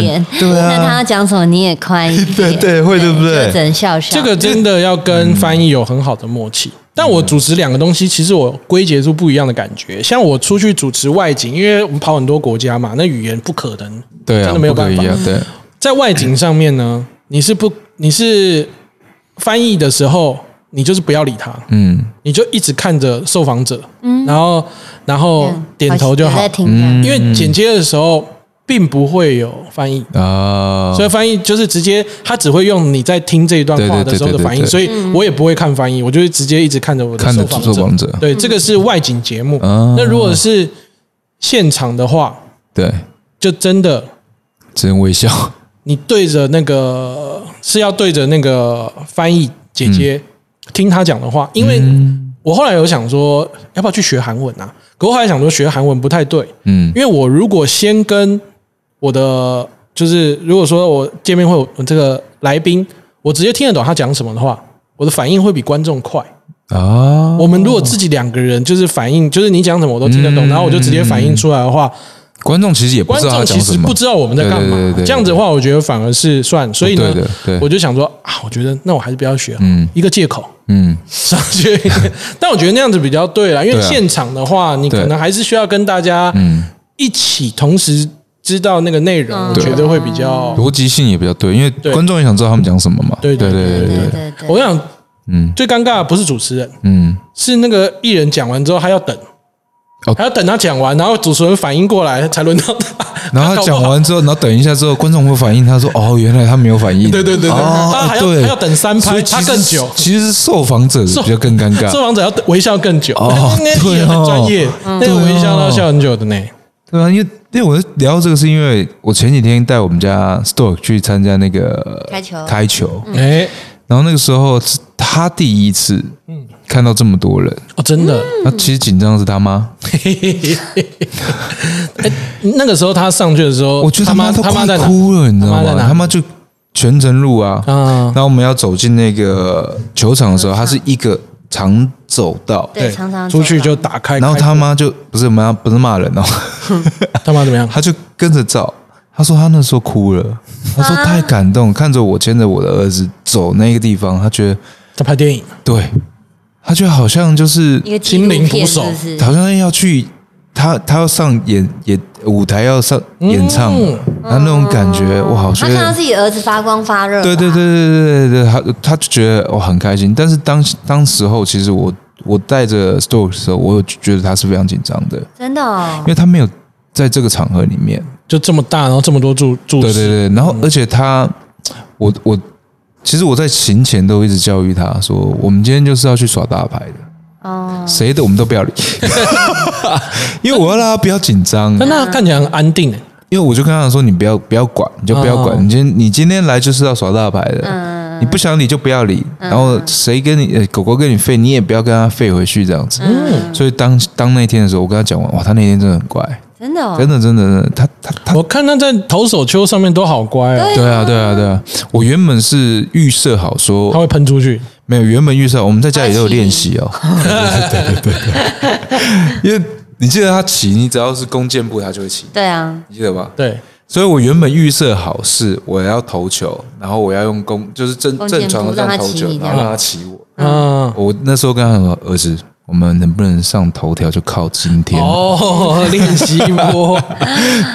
Speaker 3: 快一点，
Speaker 2: 对啊
Speaker 3: 那他要讲什么你也快一点，
Speaker 2: 对对会对不对
Speaker 3: 就只能笑笑。
Speaker 1: 这个真的要跟翻译有很好的默契。但我主持两个东西，其实我归结出不一样的感觉。像我出去主持外景，因为我们跑很多国家嘛，那语言不可能，
Speaker 2: 对啊，
Speaker 1: 真的没有
Speaker 2: 不可
Speaker 1: 办
Speaker 2: 以
Speaker 1: 法。
Speaker 2: 啊，对，
Speaker 1: 在外景上面呢，你是不你是翻译的时候，你就是不要理他，
Speaker 2: 嗯，
Speaker 1: 你就一直看着受访者，然后然后
Speaker 3: 嗯
Speaker 1: 点头就
Speaker 3: 有
Speaker 1: 好嗯
Speaker 3: 在，听这样
Speaker 1: 因为剪接的时候并不会有翻译。
Speaker 2: 啊，
Speaker 1: 所以翻译就是直接，他只会用你在听这一段话的时候的反应，
Speaker 2: 对对对对对
Speaker 1: 所以我也不会看翻译，我就会直接一直看着我的
Speaker 2: 看着
Speaker 1: 受访
Speaker 2: 受访者
Speaker 1: 对，这个是外景节目。
Speaker 2: 啊
Speaker 1: 那如果是现场的话，
Speaker 2: 对，
Speaker 1: 就真的
Speaker 2: 只能微笑，
Speaker 1: 你对着那个是要对着那个翻译
Speaker 2: 嗯
Speaker 1: 姐姐听她讲的话，因为我后来有想说要不要去学韩文啊，可我后来想说学韩文不太对，
Speaker 2: 嗯
Speaker 1: 因为我如果先跟我的就是如果说我见面会我这个来宾，我直接听得懂他讲什么的话，我的反应会比观众快。
Speaker 2: 啊，
Speaker 1: 我们如果自己两个人就是反应，就是你讲什么我都听得懂，然后我就直接反应出来的话，
Speaker 2: 观众其实也不
Speaker 1: 观
Speaker 2: 知道他
Speaker 1: 众
Speaker 2: 讲
Speaker 1: 其
Speaker 2: 什
Speaker 1: 实
Speaker 2: 么
Speaker 1: 不，知道我们在干
Speaker 2: 对对对
Speaker 1: 嘛
Speaker 2: 对。对
Speaker 1: 这样子的话，我觉得反而是算。所以呢
Speaker 2: 对的对，
Speaker 1: 我就想说啊，我觉得那我还是不要学，
Speaker 2: 嗯
Speaker 1: 一个借口。
Speaker 2: 嗯，
Speaker 1: 上去，但我觉得那样子比较对啦，因为
Speaker 2: 对啊
Speaker 1: 现场的话，你可
Speaker 2: 对
Speaker 1: 能还是需要跟大家
Speaker 2: 嗯
Speaker 1: 一起同时知道那个内容，我
Speaker 3: 对
Speaker 1: 觉得会比较。
Speaker 2: 逻辑性也比较对，因为
Speaker 1: 对
Speaker 2: 观众也想知道他们讲什么嘛。
Speaker 1: 对对
Speaker 2: 对
Speaker 3: 对
Speaker 2: 对
Speaker 3: 对对对，
Speaker 1: 我想
Speaker 2: 嗯
Speaker 1: 最尴尬的不是主持人，
Speaker 2: 嗯，
Speaker 1: 是那个艺人讲完之后还要等
Speaker 2: 哦。
Speaker 1: 还要等他讲完，然后主持人反应过来，才轮到他。
Speaker 2: 然后他讲完之啊后，然后等一下之后，观众会反应，他说：“哦，原来他没有反应。”
Speaker 1: 对对对对
Speaker 2: 哦
Speaker 1: 他还要
Speaker 2: 对
Speaker 1: 他要等三拍
Speaker 2: 所以其实
Speaker 1: 他更久
Speaker 2: 其实是受访者比较更尴
Speaker 1: 受
Speaker 2: 尬，
Speaker 1: 访者要微笑更久，
Speaker 2: 哦
Speaker 1: <laughs>
Speaker 3: 嗯
Speaker 1: 那个艺人很专业，那个微笑要笑很久的呢。
Speaker 2: 对啊，因为因为我聊这个是因为我前几天带我们家 Stork 去参加那个
Speaker 3: 开球嗯
Speaker 2: 开球，
Speaker 1: 哎，
Speaker 2: 然后那个时候是他第一次
Speaker 1: 嗯
Speaker 2: 看到这么多人，
Speaker 1: 哦，真的， <laughs> 哎
Speaker 2: 那其实紧张的是他妈，
Speaker 1: 那个时候他上去的时候，
Speaker 2: 我觉得
Speaker 1: 他
Speaker 2: 他妈
Speaker 1: 妈
Speaker 2: 都
Speaker 1: 哦他妈
Speaker 2: 快
Speaker 1: 在哪？
Speaker 2: 哭了，你知道
Speaker 1: 他妈在
Speaker 2: 吗？
Speaker 1: 哪
Speaker 2: 他妈就全程录啊，
Speaker 1: 嗯
Speaker 2: 然后我们要走进那个球场的时候，它是一个长走道，
Speaker 3: 对常常
Speaker 1: 出去
Speaker 3: 走
Speaker 1: 就
Speaker 3: 到
Speaker 1: 打开，
Speaker 2: 然后
Speaker 1: 开
Speaker 2: 他妈就不是我们要不是骂人哦，
Speaker 1: 他妈怎么样？
Speaker 2: 他就跟着照。他说他那时候哭了，他说太感动，看着我牵着我的儿子走那个地方，他觉得
Speaker 1: 他拍电影，
Speaker 2: 对，他觉得好像就是
Speaker 3: 一个纪
Speaker 1: 心
Speaker 3: 录
Speaker 1: 灵捕
Speaker 3: 片是
Speaker 1: 手
Speaker 3: 不是？
Speaker 2: 好像要去他他要上演演舞台要上
Speaker 1: 嗯
Speaker 2: 演唱了，然后那种感觉我好觉
Speaker 3: 他看到
Speaker 2: 得
Speaker 3: 自己儿子发光发热吧，
Speaker 2: 对对对对对对对，他他就觉得我很开心，但是当当时候其实我我带着 Store 的时候，我有觉得他是非常紧张的，
Speaker 3: 真的哦
Speaker 2: 因，为他没有在这个场合里面，
Speaker 1: 就这么大，然后这么多注注
Speaker 2: 对
Speaker 1: 视，
Speaker 2: 对对，然后而且他我我其实我在行前都一直教育他说，我们今天就是要去耍大牌的，
Speaker 3: 哦，
Speaker 2: 谁的我们都不要理， <laughs> 因为我要让他不要紧张，啊
Speaker 1: 但那看起来很安定欸，
Speaker 2: 因为我就跟他说，你不要不要管，你就不要管，
Speaker 1: 哦
Speaker 2: 你今天你今天来就是要耍大牌的，你不想理就不要理，然后谁跟你呃狗狗跟你吠，你也不要跟它吠回去这样子。所以当当那天的时候，我跟他讲完，哇，他那天真的很乖，
Speaker 3: 真的哦
Speaker 2: 真，的真的真的，他他他，
Speaker 1: 我看他在投手丘上面都好乖哦，
Speaker 2: 对啊对啊对啊，我原本是预设好
Speaker 1: 他
Speaker 2: 说
Speaker 1: 会喷出去，
Speaker 2: 没有，原本预设我们在家里都有练习哦，对 <laughs> 对对对对对，因为你记得他骑，你只要是弓箭步，他就会骑，
Speaker 3: 对啊，
Speaker 2: 你记得吧？
Speaker 1: 对，
Speaker 2: 所以我原本预设好是我要投球，然后我要用弓，就是正
Speaker 3: 弓箭
Speaker 2: 正
Speaker 3: 步
Speaker 2: 常的这样
Speaker 3: 让他
Speaker 2: 投
Speaker 3: 骑
Speaker 2: 球
Speaker 3: 你，这
Speaker 2: 然
Speaker 3: 样
Speaker 2: 后让他骑我。
Speaker 1: 嗯，
Speaker 2: 我那时候跟他说：“儿子，我们能不能上头条就靠今天。
Speaker 1: 哦，练习
Speaker 2: <laughs>
Speaker 1: 波，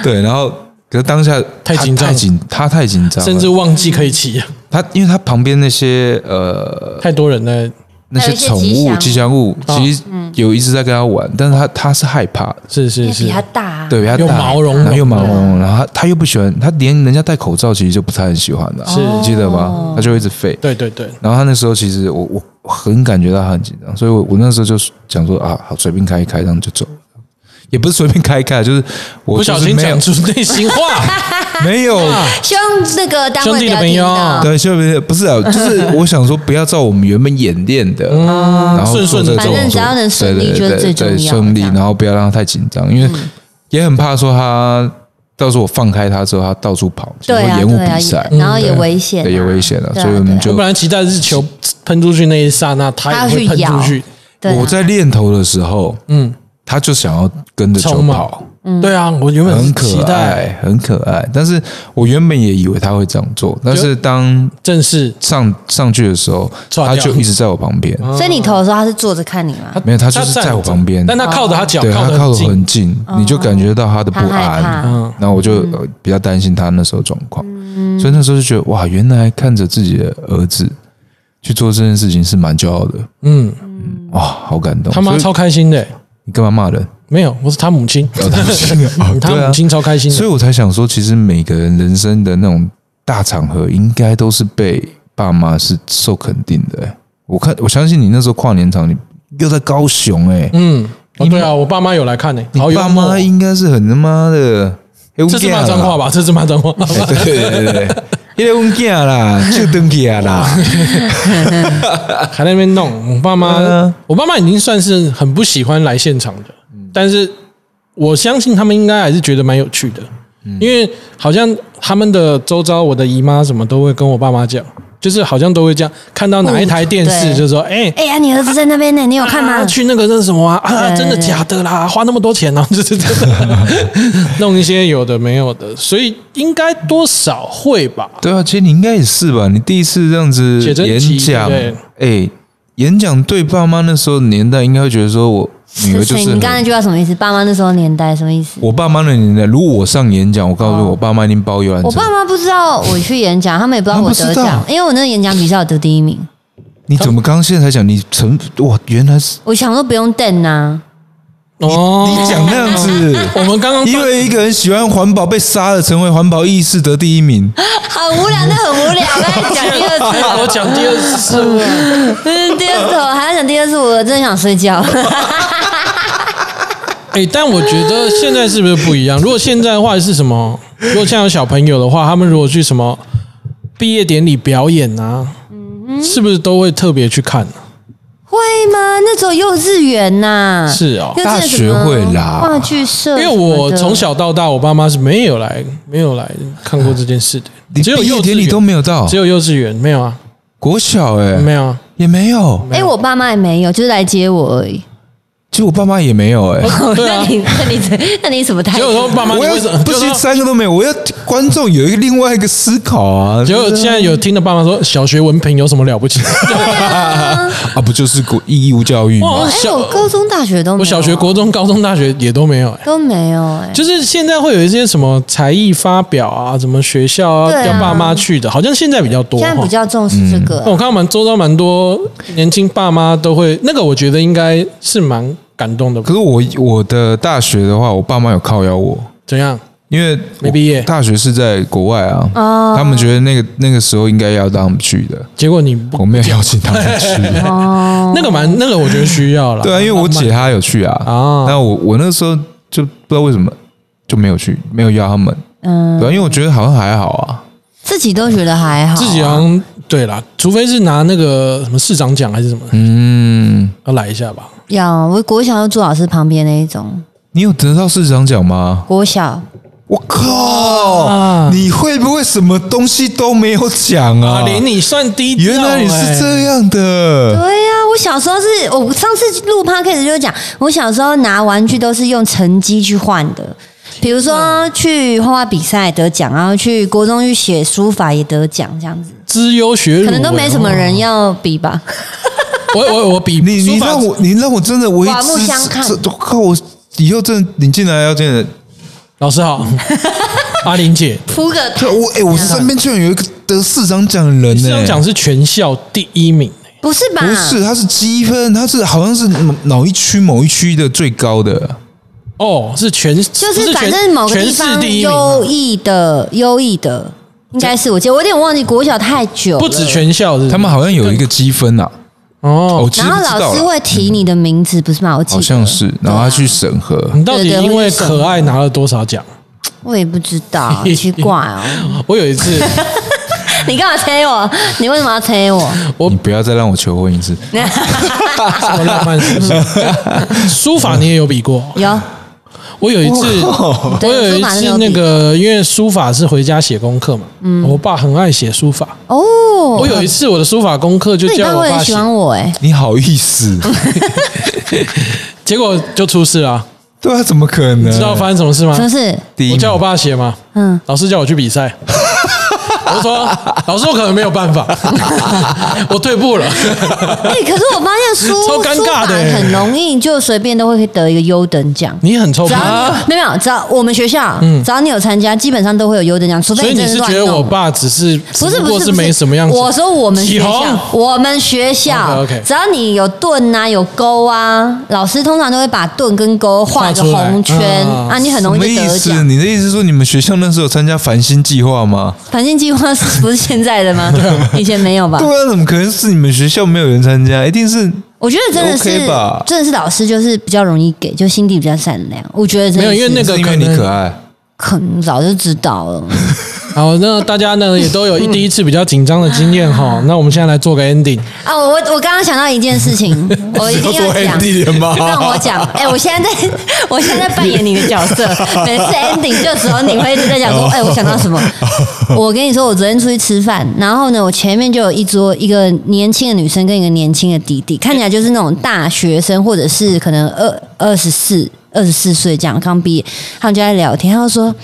Speaker 2: 对，然后可是当下
Speaker 1: 太
Speaker 2: 他
Speaker 1: 紧张
Speaker 2: 太紧，他太紧张了，
Speaker 1: 甚至忘记可以骑，啊
Speaker 2: 他因为他旁边那些呃
Speaker 1: 太多人了，
Speaker 2: 那
Speaker 3: 还有一
Speaker 2: 些
Speaker 3: 些
Speaker 2: 宠物
Speaker 3: 吉祥物
Speaker 2: 吉
Speaker 1: 啊
Speaker 2: 祥物，其实有一直在跟他玩，但是他他是害怕的。
Speaker 1: 是
Speaker 3: 因
Speaker 1: 是
Speaker 3: 为
Speaker 1: 是
Speaker 3: 比，他大啊，
Speaker 2: 对，比他
Speaker 1: 又
Speaker 2: 大
Speaker 1: 毛茸茸
Speaker 2: 然后又毛茸茸，然后他他又不喜欢，他连人家戴口罩其实就不太很喜欢的，
Speaker 1: 是
Speaker 2: 你记得
Speaker 3: 哦
Speaker 2: 吗？他就会一直吠。
Speaker 1: 对对对，
Speaker 2: 然后他那时候其实我我我很感觉到他很紧张，所以我我那时候就讲说啊，好随便开一开，然后就走，也不是随便开一开，就是我
Speaker 1: 不
Speaker 2: 就
Speaker 1: 小
Speaker 2: 是
Speaker 1: 心
Speaker 2: 没有
Speaker 1: 讲啊出内心话，
Speaker 2: 没有。
Speaker 3: 希望那个单
Speaker 1: 兄
Speaker 3: 位
Speaker 1: 弟的
Speaker 3: 不要
Speaker 1: 朋
Speaker 3: 听
Speaker 1: 友
Speaker 3: 到，
Speaker 2: 对，就不是不是啊，就是我想说，不要照我们原本演练的，
Speaker 1: 嗯
Speaker 2: 然后
Speaker 1: 顺顺
Speaker 2: 的，
Speaker 1: 地
Speaker 2: 这种
Speaker 3: 反正只要能顺利就是最重要
Speaker 2: 对顺利，
Speaker 3: 这样嗯
Speaker 2: 然后不要让他太紧张，因为也很怕说他到时候我放开他之后，他到处跑，其实
Speaker 3: 对
Speaker 2: 会
Speaker 3: 啊，
Speaker 2: 延误
Speaker 3: 对啊
Speaker 2: 比赛，，
Speaker 3: 然后也危险啊，
Speaker 2: 对，也危险了，
Speaker 3: 对啊
Speaker 2: 所以我们
Speaker 3: 对
Speaker 2: 就
Speaker 1: <laughs> 不然骑在日球喷出去那一刹那，他也会喷出去，
Speaker 3: 对啊
Speaker 2: 我在练头的时候，
Speaker 1: 嗯，
Speaker 2: 他就想要跟着球
Speaker 1: 冲嘛
Speaker 2: 跑，
Speaker 3: 嗯
Speaker 1: 对啊，我原本
Speaker 2: 很
Speaker 1: 是
Speaker 2: 可
Speaker 1: 期待
Speaker 2: 爱，很可爱。但是我原本也以为他会这样做，但是当
Speaker 1: 正式
Speaker 2: 上上去的时候，
Speaker 1: 抓
Speaker 2: 他
Speaker 1: 掉啊
Speaker 2: 就一直在我旁边，
Speaker 3: 所以你投的时候他是坐着看你吗？
Speaker 2: 没有，他就是
Speaker 1: 站
Speaker 2: 在我
Speaker 1: 着
Speaker 2: 旁边，
Speaker 1: 但他靠着他脚
Speaker 2: 对
Speaker 1: 靠
Speaker 2: 他
Speaker 1: 得很
Speaker 2: 靠得
Speaker 1: 近，
Speaker 2: 很近，你就感觉到他的不
Speaker 3: 哦他害怕嗯
Speaker 2: 安。然后我就呃比较担心他那时候状况，所以那时候就觉得哇，原来看着自己的儿子去做这件事情是蛮骄傲的，
Speaker 1: 嗯，
Speaker 2: 哇，好感动。
Speaker 1: 他妈
Speaker 2: 所以
Speaker 1: 超开心的欸，
Speaker 2: 你干嘛骂人？
Speaker 1: 没有，我是他母亲，<laughs>
Speaker 2: 哦
Speaker 1: 他
Speaker 2: 对啊
Speaker 1: 母亲超开心的
Speaker 2: 所以我才想说，其实每个人人生的那种大场合，应该都是被爸妈是受肯定的、欸。我看，我相信你那时候跨年场，你又在高雄、欸，哎、
Speaker 1: 嗯，哦对啊，我爸妈有来看呢、好
Speaker 2: 你
Speaker 1: 幽
Speaker 2: 爸
Speaker 1: 默
Speaker 2: 妈应该是啊很他妈的，
Speaker 1: 这是骂脏话
Speaker 2: 吧？
Speaker 1: 吧？这是骂脏
Speaker 2: <laughs>
Speaker 1: 话。
Speaker 2: 欸对对对对对，一个问囝啦，就登去啊啦，
Speaker 1: 还在那边弄。我爸妈，
Speaker 2: 嗯
Speaker 1: 我爸妈已经算是很不喜欢来现场的，但是我相信他们应该还是觉得蛮有趣的，
Speaker 2: 嗯
Speaker 1: 因为好像他们的周遭，我的姨妈什么都会跟我爸妈讲，就是好像都会这样，看到哪一台电视
Speaker 3: 对
Speaker 1: 就说，哎、
Speaker 3: 哎呀，你儿子在那边呢，你有哦看
Speaker 1: 啊
Speaker 3: 吗？呃
Speaker 1: 去那个那什么啊？啊，
Speaker 3: 对
Speaker 1: 真的
Speaker 3: 对
Speaker 1: 假的啦？花那么多钱呢、 <laughs> 就是真的弄一些有的没有的，所以应该多少会吧。
Speaker 2: 对啊，其实你应该也是吧？你第一次这样子
Speaker 1: 写真
Speaker 2: 演
Speaker 1: 集
Speaker 2: 讲，
Speaker 1: 对不
Speaker 2: 哎、演讲对爸妈那时候年代，应该会觉得说我女儿就
Speaker 3: 所以
Speaker 2: 是
Speaker 3: 你刚才
Speaker 2: 很嗯
Speaker 3: 那句话什么意思？爸妈那时候年代什么意思？
Speaker 2: 我爸妈的年代。如果我上演讲，我告诉你，我爸妈一定包游览
Speaker 3: 我
Speaker 2: 车
Speaker 3: 爸。妈不知道我去演讲，他们也不知道我得
Speaker 2: 他们
Speaker 3: 奖
Speaker 2: 不知，
Speaker 3: 因为我那个演讲比赛我得第一名。
Speaker 2: 你怎么刚刚现在才讲？你成哇，原来是
Speaker 3: 我想说不用瞪啊呐、
Speaker 1: 哦，
Speaker 2: 你讲那样子。
Speaker 1: 我们刚刚
Speaker 2: 因为一个人喜欢环保被杀了，成为环保意识得第一名，
Speaker 3: 很无聊，那很无聊。刚才讲第二次，
Speaker 1: 哎
Speaker 3: <laughs>
Speaker 1: 我讲第二次了， <laughs>
Speaker 3: 嗯，第二次我还要讲第二次，我真的想睡觉。
Speaker 1: 哎，但我觉得现在是不是不一样？如果现在的话是什么？如果像有小朋友的话，他们如果去什么毕业典礼表演啊，是不是都会特别去看、啊？
Speaker 3: 会吗？那时候幼稚园呐、
Speaker 1: 是哦
Speaker 3: 幼稚园
Speaker 2: 大
Speaker 3: 什
Speaker 2: 学
Speaker 3: 么
Speaker 2: 会啦
Speaker 3: 话剧社
Speaker 1: 因
Speaker 3: 什
Speaker 1: 为
Speaker 3: 么的，
Speaker 1: 我从小到大，我爸妈是没有来没有来看过这件事的，
Speaker 2: 你
Speaker 1: <laughs> 只有
Speaker 2: 毕
Speaker 1: 幼
Speaker 2: 业
Speaker 1: 稚
Speaker 2: 典礼都
Speaker 1: 园，
Speaker 2: 没有到
Speaker 1: 只，有幼稚园没有啊，
Speaker 2: 国小哦哎、
Speaker 1: 没有啊。
Speaker 2: 也没有，
Speaker 3: 哎、我爸妈也没有，就是来接我而已。
Speaker 2: 就我爸妈也没有哎、
Speaker 1: <laughs> 对啊
Speaker 3: 那你那你那你什么态
Speaker 1: 只有
Speaker 3: 度
Speaker 1: 说？爸妈，
Speaker 2: <laughs> 我
Speaker 1: 你为什么
Speaker 2: 要不
Speaker 1: 就是说
Speaker 2: 三个都没有，我要观众有一个另外一个思考
Speaker 1: <laughs>
Speaker 2: 啊。
Speaker 1: 结果现在有听的爸妈说，小学文凭有什么了不起？ <laughs>
Speaker 2: 啊，不就是国义务教育
Speaker 1: 哇
Speaker 2: 吗？
Speaker 1: 我
Speaker 3: 哎、
Speaker 1: 小
Speaker 3: 我高中、大学都没有啊、
Speaker 1: 我小学、国中、高中、大学也都没有、哎
Speaker 3: 都没有哎、
Speaker 1: 就是现在会有一些什么才艺发表啊，什么学校
Speaker 3: 对
Speaker 1: 啊，
Speaker 3: 啊
Speaker 1: 叫爸妈去的，好像现在比较多。
Speaker 3: 现在比
Speaker 1: 哈
Speaker 3: 较重视这个、
Speaker 1: 我看到蛮周遭蛮多年轻爸妈都会，那个我觉得应该是蛮感动的吧。
Speaker 2: 可是我我的大学的话，我爸妈有靠邀我，
Speaker 1: 怎样？
Speaker 2: 因为
Speaker 1: 没毕业
Speaker 2: 我大学是在国外啊，
Speaker 3: 哦
Speaker 1: 嗯
Speaker 2: 他们觉得那个那个时候应该要让他们去
Speaker 3: <laughs>
Speaker 2: 的，
Speaker 1: 结果你不
Speaker 2: 我没有邀请他们去。
Speaker 3: 哦。
Speaker 1: 那个蛮那个，我觉得需要了。
Speaker 2: <laughs> 对啊，因为我姐
Speaker 1: 浪
Speaker 2: 她有去啊，
Speaker 1: 哦
Speaker 2: 那我我那时候就不知道为什么就没有去，没有邀他们。
Speaker 3: 嗯，
Speaker 2: 对啊，因为我觉得好像还好啊，
Speaker 3: 自己都觉得还好、
Speaker 1: 漫
Speaker 3: 啊
Speaker 1: 自己啊好像对啦，除非是拿那个什么市长奖还是什么，
Speaker 2: 嗯。
Speaker 1: 要来一下吧。
Speaker 3: 要我国小就住老师旁边那一种，
Speaker 2: 你有得到市长奖吗？
Speaker 3: 国小
Speaker 2: 我靠！
Speaker 1: 啊
Speaker 2: 你会不会什么东西都没有讲啊？
Speaker 1: 啊，连你哎算低调、
Speaker 2: 原来你是
Speaker 1: 哎
Speaker 2: 这样 <laughs> 的，
Speaker 3: 对呀、我小时候是我上次录 p o d c a s 就讲，我小时候拿玩具都是用成绩去换的，比如说去画画比赛得奖，然后去国中去写书法也得奖，这样子
Speaker 1: 资优学儒，
Speaker 3: 可能都没什么
Speaker 1: 哎
Speaker 3: 人要比吧。
Speaker 2: 哦
Speaker 1: 我我我比
Speaker 2: <laughs> 你你
Speaker 1: 书法
Speaker 2: 让我你让我真的我一
Speaker 3: 刮目
Speaker 2: 直
Speaker 3: 相看
Speaker 2: 这我靠！我以后真的你进来要真的，
Speaker 1: 老师
Speaker 2: <laughs>
Speaker 1: 好，阿玲姐，
Speaker 3: 铺个
Speaker 2: 对我哎、我身边居然有一个得市长奖的人
Speaker 1: 市
Speaker 2: 呢、
Speaker 1: 长奖是全校第一名、欸
Speaker 3: 不是吧？
Speaker 2: 不是，他是积分，他是好像是哪一区某一区的最高的，
Speaker 1: 哦，是全
Speaker 3: 就
Speaker 1: 不
Speaker 3: 是
Speaker 1: 是
Speaker 3: 反
Speaker 1: 全
Speaker 3: 正某个
Speaker 1: 全
Speaker 3: 地
Speaker 1: 市
Speaker 3: 方
Speaker 1: 第一名啊、
Speaker 3: 优异的优异的，应该是我记得，我有点忘记国小太久了
Speaker 1: 不止。全校是不是
Speaker 2: 他们好像有一个积分啊，
Speaker 1: 哦
Speaker 2: 我，其实
Speaker 3: 然
Speaker 2: 不
Speaker 3: 后
Speaker 2: 知道
Speaker 3: 老师
Speaker 2: 啦，
Speaker 3: 会提你的名字，不是吗？我记得
Speaker 2: 好像是，然后他去审核，
Speaker 1: 你到底
Speaker 3: 对啊对
Speaker 1: 因为
Speaker 3: 会是什么
Speaker 1: 可爱拿了多少奖？
Speaker 3: 我也不知
Speaker 2: <laughs>
Speaker 3: 道，奇怪哦。
Speaker 1: 我有一次，
Speaker 3: <laughs> 你干嘛催我？你为什么要催我？ <laughs>
Speaker 1: 我
Speaker 2: 你不要再让我求婚一次。
Speaker 1: 这么浪漫是不
Speaker 2: <laughs>
Speaker 1: 是？书法你也有比过？
Speaker 3: 有
Speaker 1: 我有一次，我
Speaker 3: 对
Speaker 1: 有一
Speaker 3: 书法是
Speaker 1: 次
Speaker 3: 有比嗯
Speaker 1: 那个，因为书法是回家写功课嘛，我爸很爱写书法。
Speaker 3: 哦，
Speaker 1: 我有一次我的书法功课就
Speaker 3: 那你
Speaker 1: 叫
Speaker 3: 爸
Speaker 1: 我
Speaker 3: 会
Speaker 1: 爸
Speaker 3: 很喜
Speaker 1: 写，
Speaker 3: 欢我哎、
Speaker 2: 你好意
Speaker 3: <laughs>
Speaker 2: 思？
Speaker 1: 结果就出事了啊。
Speaker 2: 对啊，怎么可能？
Speaker 1: 知道发生什么事吗？
Speaker 3: 真是
Speaker 2: 第一
Speaker 1: 我
Speaker 2: 名
Speaker 1: 叫我爸写嘛，
Speaker 3: 嗯
Speaker 1: 老师叫我去比
Speaker 3: <laughs>
Speaker 1: 赛，我说老师我可能没有办法， <laughs> 我退步了。
Speaker 3: 哎、可是我发现书
Speaker 1: <laughs> 超尴
Speaker 3: 书
Speaker 1: 尬
Speaker 3: 法
Speaker 1: 的欸
Speaker 3: 很容易就随便都会得一个优等奖。
Speaker 1: 你很臭
Speaker 3: 只
Speaker 1: 屁啊
Speaker 3: 要，你有没有，只要我们学校，只要你有参加，基本上都会有优等奖，除
Speaker 1: 嗯所
Speaker 3: 非
Speaker 1: 以
Speaker 3: 你
Speaker 1: 你
Speaker 3: 真的
Speaker 1: 是
Speaker 3: 乱
Speaker 1: 觉得
Speaker 3: 弄
Speaker 1: 我爸只是
Speaker 3: 不是
Speaker 1: 只
Speaker 3: 不
Speaker 1: 过
Speaker 3: 是
Speaker 1: 是
Speaker 3: 不是
Speaker 1: 没什么样子？
Speaker 3: 我说我们
Speaker 1: 起
Speaker 3: 学
Speaker 1: 哄
Speaker 3: 校，我们学校
Speaker 1: OK，OK
Speaker 3: 只要你有盾啊，有勾啊，老师通常都会把盾跟勾画一个红
Speaker 1: 画出来
Speaker 3: 圈
Speaker 1: 啊
Speaker 3: 啊，你很
Speaker 2: 什
Speaker 3: 容
Speaker 2: 么
Speaker 3: 易就
Speaker 2: 意
Speaker 3: 得
Speaker 2: 思？
Speaker 3: 奖。
Speaker 2: 你的意思是说你们学校那时候有参加繁星计划吗？
Speaker 3: 繁星计划是不是现在
Speaker 1: <laughs>
Speaker 3: 的吗？以前没有吧
Speaker 2: 对？啊，怎么可能是你们学校没有人参加？一定是
Speaker 3: 我觉得真的
Speaker 2: OK
Speaker 3: 是
Speaker 2: 吧，
Speaker 3: 真的是老师就是比较容易给，就心地比较善良。我觉得真的
Speaker 1: 没有因为
Speaker 3: 是
Speaker 1: 那个
Speaker 2: 是因为
Speaker 1: 可
Speaker 2: 你
Speaker 1: 能
Speaker 2: 可爱。
Speaker 3: 可能早就知
Speaker 1: <laughs>
Speaker 3: 道了。
Speaker 1: 好，那大家呢也都有一第一次比较紧张的经验哈。
Speaker 3: 嗯
Speaker 1: 那我们现在来做个 ending，
Speaker 3: 啊，我我刚刚想到一件事
Speaker 1: <laughs>
Speaker 3: 情，我一定要讲。
Speaker 2: 了吗
Speaker 3: <laughs> 让我讲，哎、我现在 <laughs> 在，我现在扮演你的角
Speaker 1: <laughs>
Speaker 3: 色，每次 ending 就只有你会一直在讲说，哎、我想到什么？我跟你说，我昨天出去吃饭，然后呢，我前面就有一桌一个年轻的女生跟一个年轻的弟弟，看起来就是那种大学生，或者是可能二二十四、二十四岁这样刚毕业，他们就在聊天，他就说。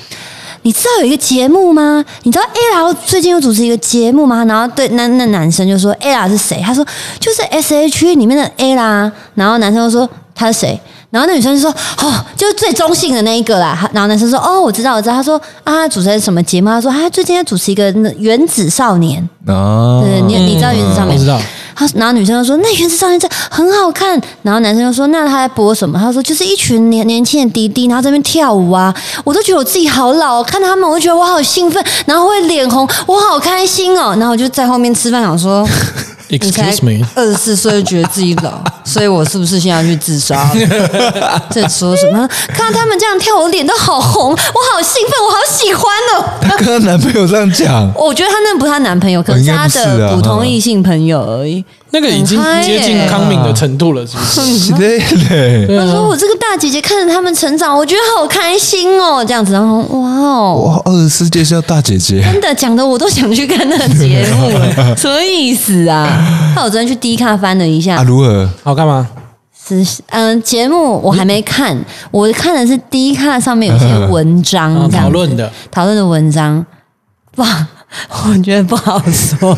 Speaker 3: 你知道有一个节目吗？你知道 ella 最近有主持一个节目吗？然后对那那男生就说 ella 是谁？他说就是 S H E 里面的 ella。然后男生就说他是谁？然后那女生就说哦，就是最中性的那一个啦。然后男生说哦，我知道，我知道。他说啊，他主持人什么节目？他说他最近在主持一个那原子少年。
Speaker 2: 啊，
Speaker 3: 对，你你知道原子少
Speaker 1: 嗯我
Speaker 3: 年？
Speaker 1: 知道。
Speaker 3: 他然后女生就说：“那《原子少年》这很好看。”然后男生就说：“那他在播什么？”他说：“就是一群年年轻的弟弟，然后在那边跳舞啊。”我都觉得我自己好老、哦，看他们我就觉得我好兴奋，然后会脸红，我好开心哦。然后我就在后面吃饭，想说
Speaker 4: 你才
Speaker 1: Excuse me，
Speaker 4: 二十四岁就觉得自己
Speaker 1: <laughs>
Speaker 4: 老，所以我是不是现在要去自杀了？在说什么？
Speaker 3: 看到他们这样跳，我脸都好红，我好兴奋，我好喜欢哦。
Speaker 2: 她跟她男朋友这样讲，
Speaker 4: 我觉得她那不是她男朋友，可能是她
Speaker 2: 应该不是啊
Speaker 4: 的普通异性朋友而已。
Speaker 1: 那个已经
Speaker 4: 很嗨
Speaker 1: 接近
Speaker 4: 耶
Speaker 1: 康敏的程度了，是不是？
Speaker 2: 是的嘞。
Speaker 1: 对
Speaker 3: 我
Speaker 1: 啊
Speaker 3: 说我这个大姐姐看着他们成长，我觉得好开心哦，这样子，然后哇哦，
Speaker 2: 哇，二十四届是要大姐姐，
Speaker 3: 真的讲的我都想去看那个节目
Speaker 1: <laughs>
Speaker 3: 了，
Speaker 4: 什么意思啊？
Speaker 3: 那我昨天去 D 咖翻了一
Speaker 2: 啊，
Speaker 3: 下，
Speaker 2: 如何？
Speaker 1: 好干嘛？
Speaker 3: 是嗯，节目我还没看，我看的是 D 咖上面有一些文章
Speaker 2: 嗯
Speaker 1: 啊，
Speaker 3: 这样
Speaker 1: 讨论的
Speaker 3: 讨论的文章，哇，我觉得不好
Speaker 2: <laughs>
Speaker 3: 说，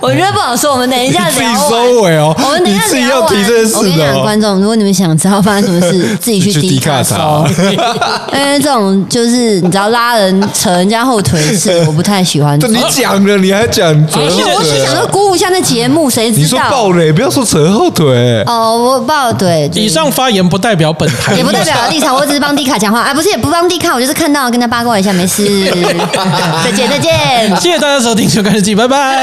Speaker 3: 我觉得不好说，我们等一下
Speaker 2: 你自己
Speaker 3: 聊完。
Speaker 2: 收尾哦
Speaker 3: 我们，等一
Speaker 2: 你
Speaker 3: 下
Speaker 2: 自己
Speaker 3: 聊
Speaker 2: 要
Speaker 3: 完
Speaker 2: 提这件
Speaker 3: 我跟
Speaker 2: 事
Speaker 3: 你
Speaker 2: 的
Speaker 3: 讲，
Speaker 2: 哦。
Speaker 3: 观众，如果你们想知道发生什么事，自己去
Speaker 2: 去
Speaker 3: D
Speaker 2: 卡
Speaker 3: 卡
Speaker 2: 查，
Speaker 3: 因为这种就是你知道拉人扯人家后腿
Speaker 2: <laughs>
Speaker 3: 是我不太喜欢
Speaker 2: 这
Speaker 3: 做。
Speaker 2: 你讲了，你还讲扯
Speaker 3: 没有，
Speaker 2: 后
Speaker 3: 我只
Speaker 2: 腿
Speaker 3: 想说
Speaker 2: 啊？
Speaker 3: 鼓舞一下那节目，谁
Speaker 2: 你
Speaker 3: 知
Speaker 2: 说
Speaker 3: 道
Speaker 2: 爆？雷，不要说扯后腿。
Speaker 3: 哦，我爆对，就是
Speaker 1: 以上发言不代表本台，
Speaker 3: <laughs> 也不代表立场，我只是帮迪卡讲话啊，不是也不帮迪卡，我就是看到跟他八卦一下，没事。再见再见。
Speaker 1: 谢谢大家收听，就开始记，拜拜。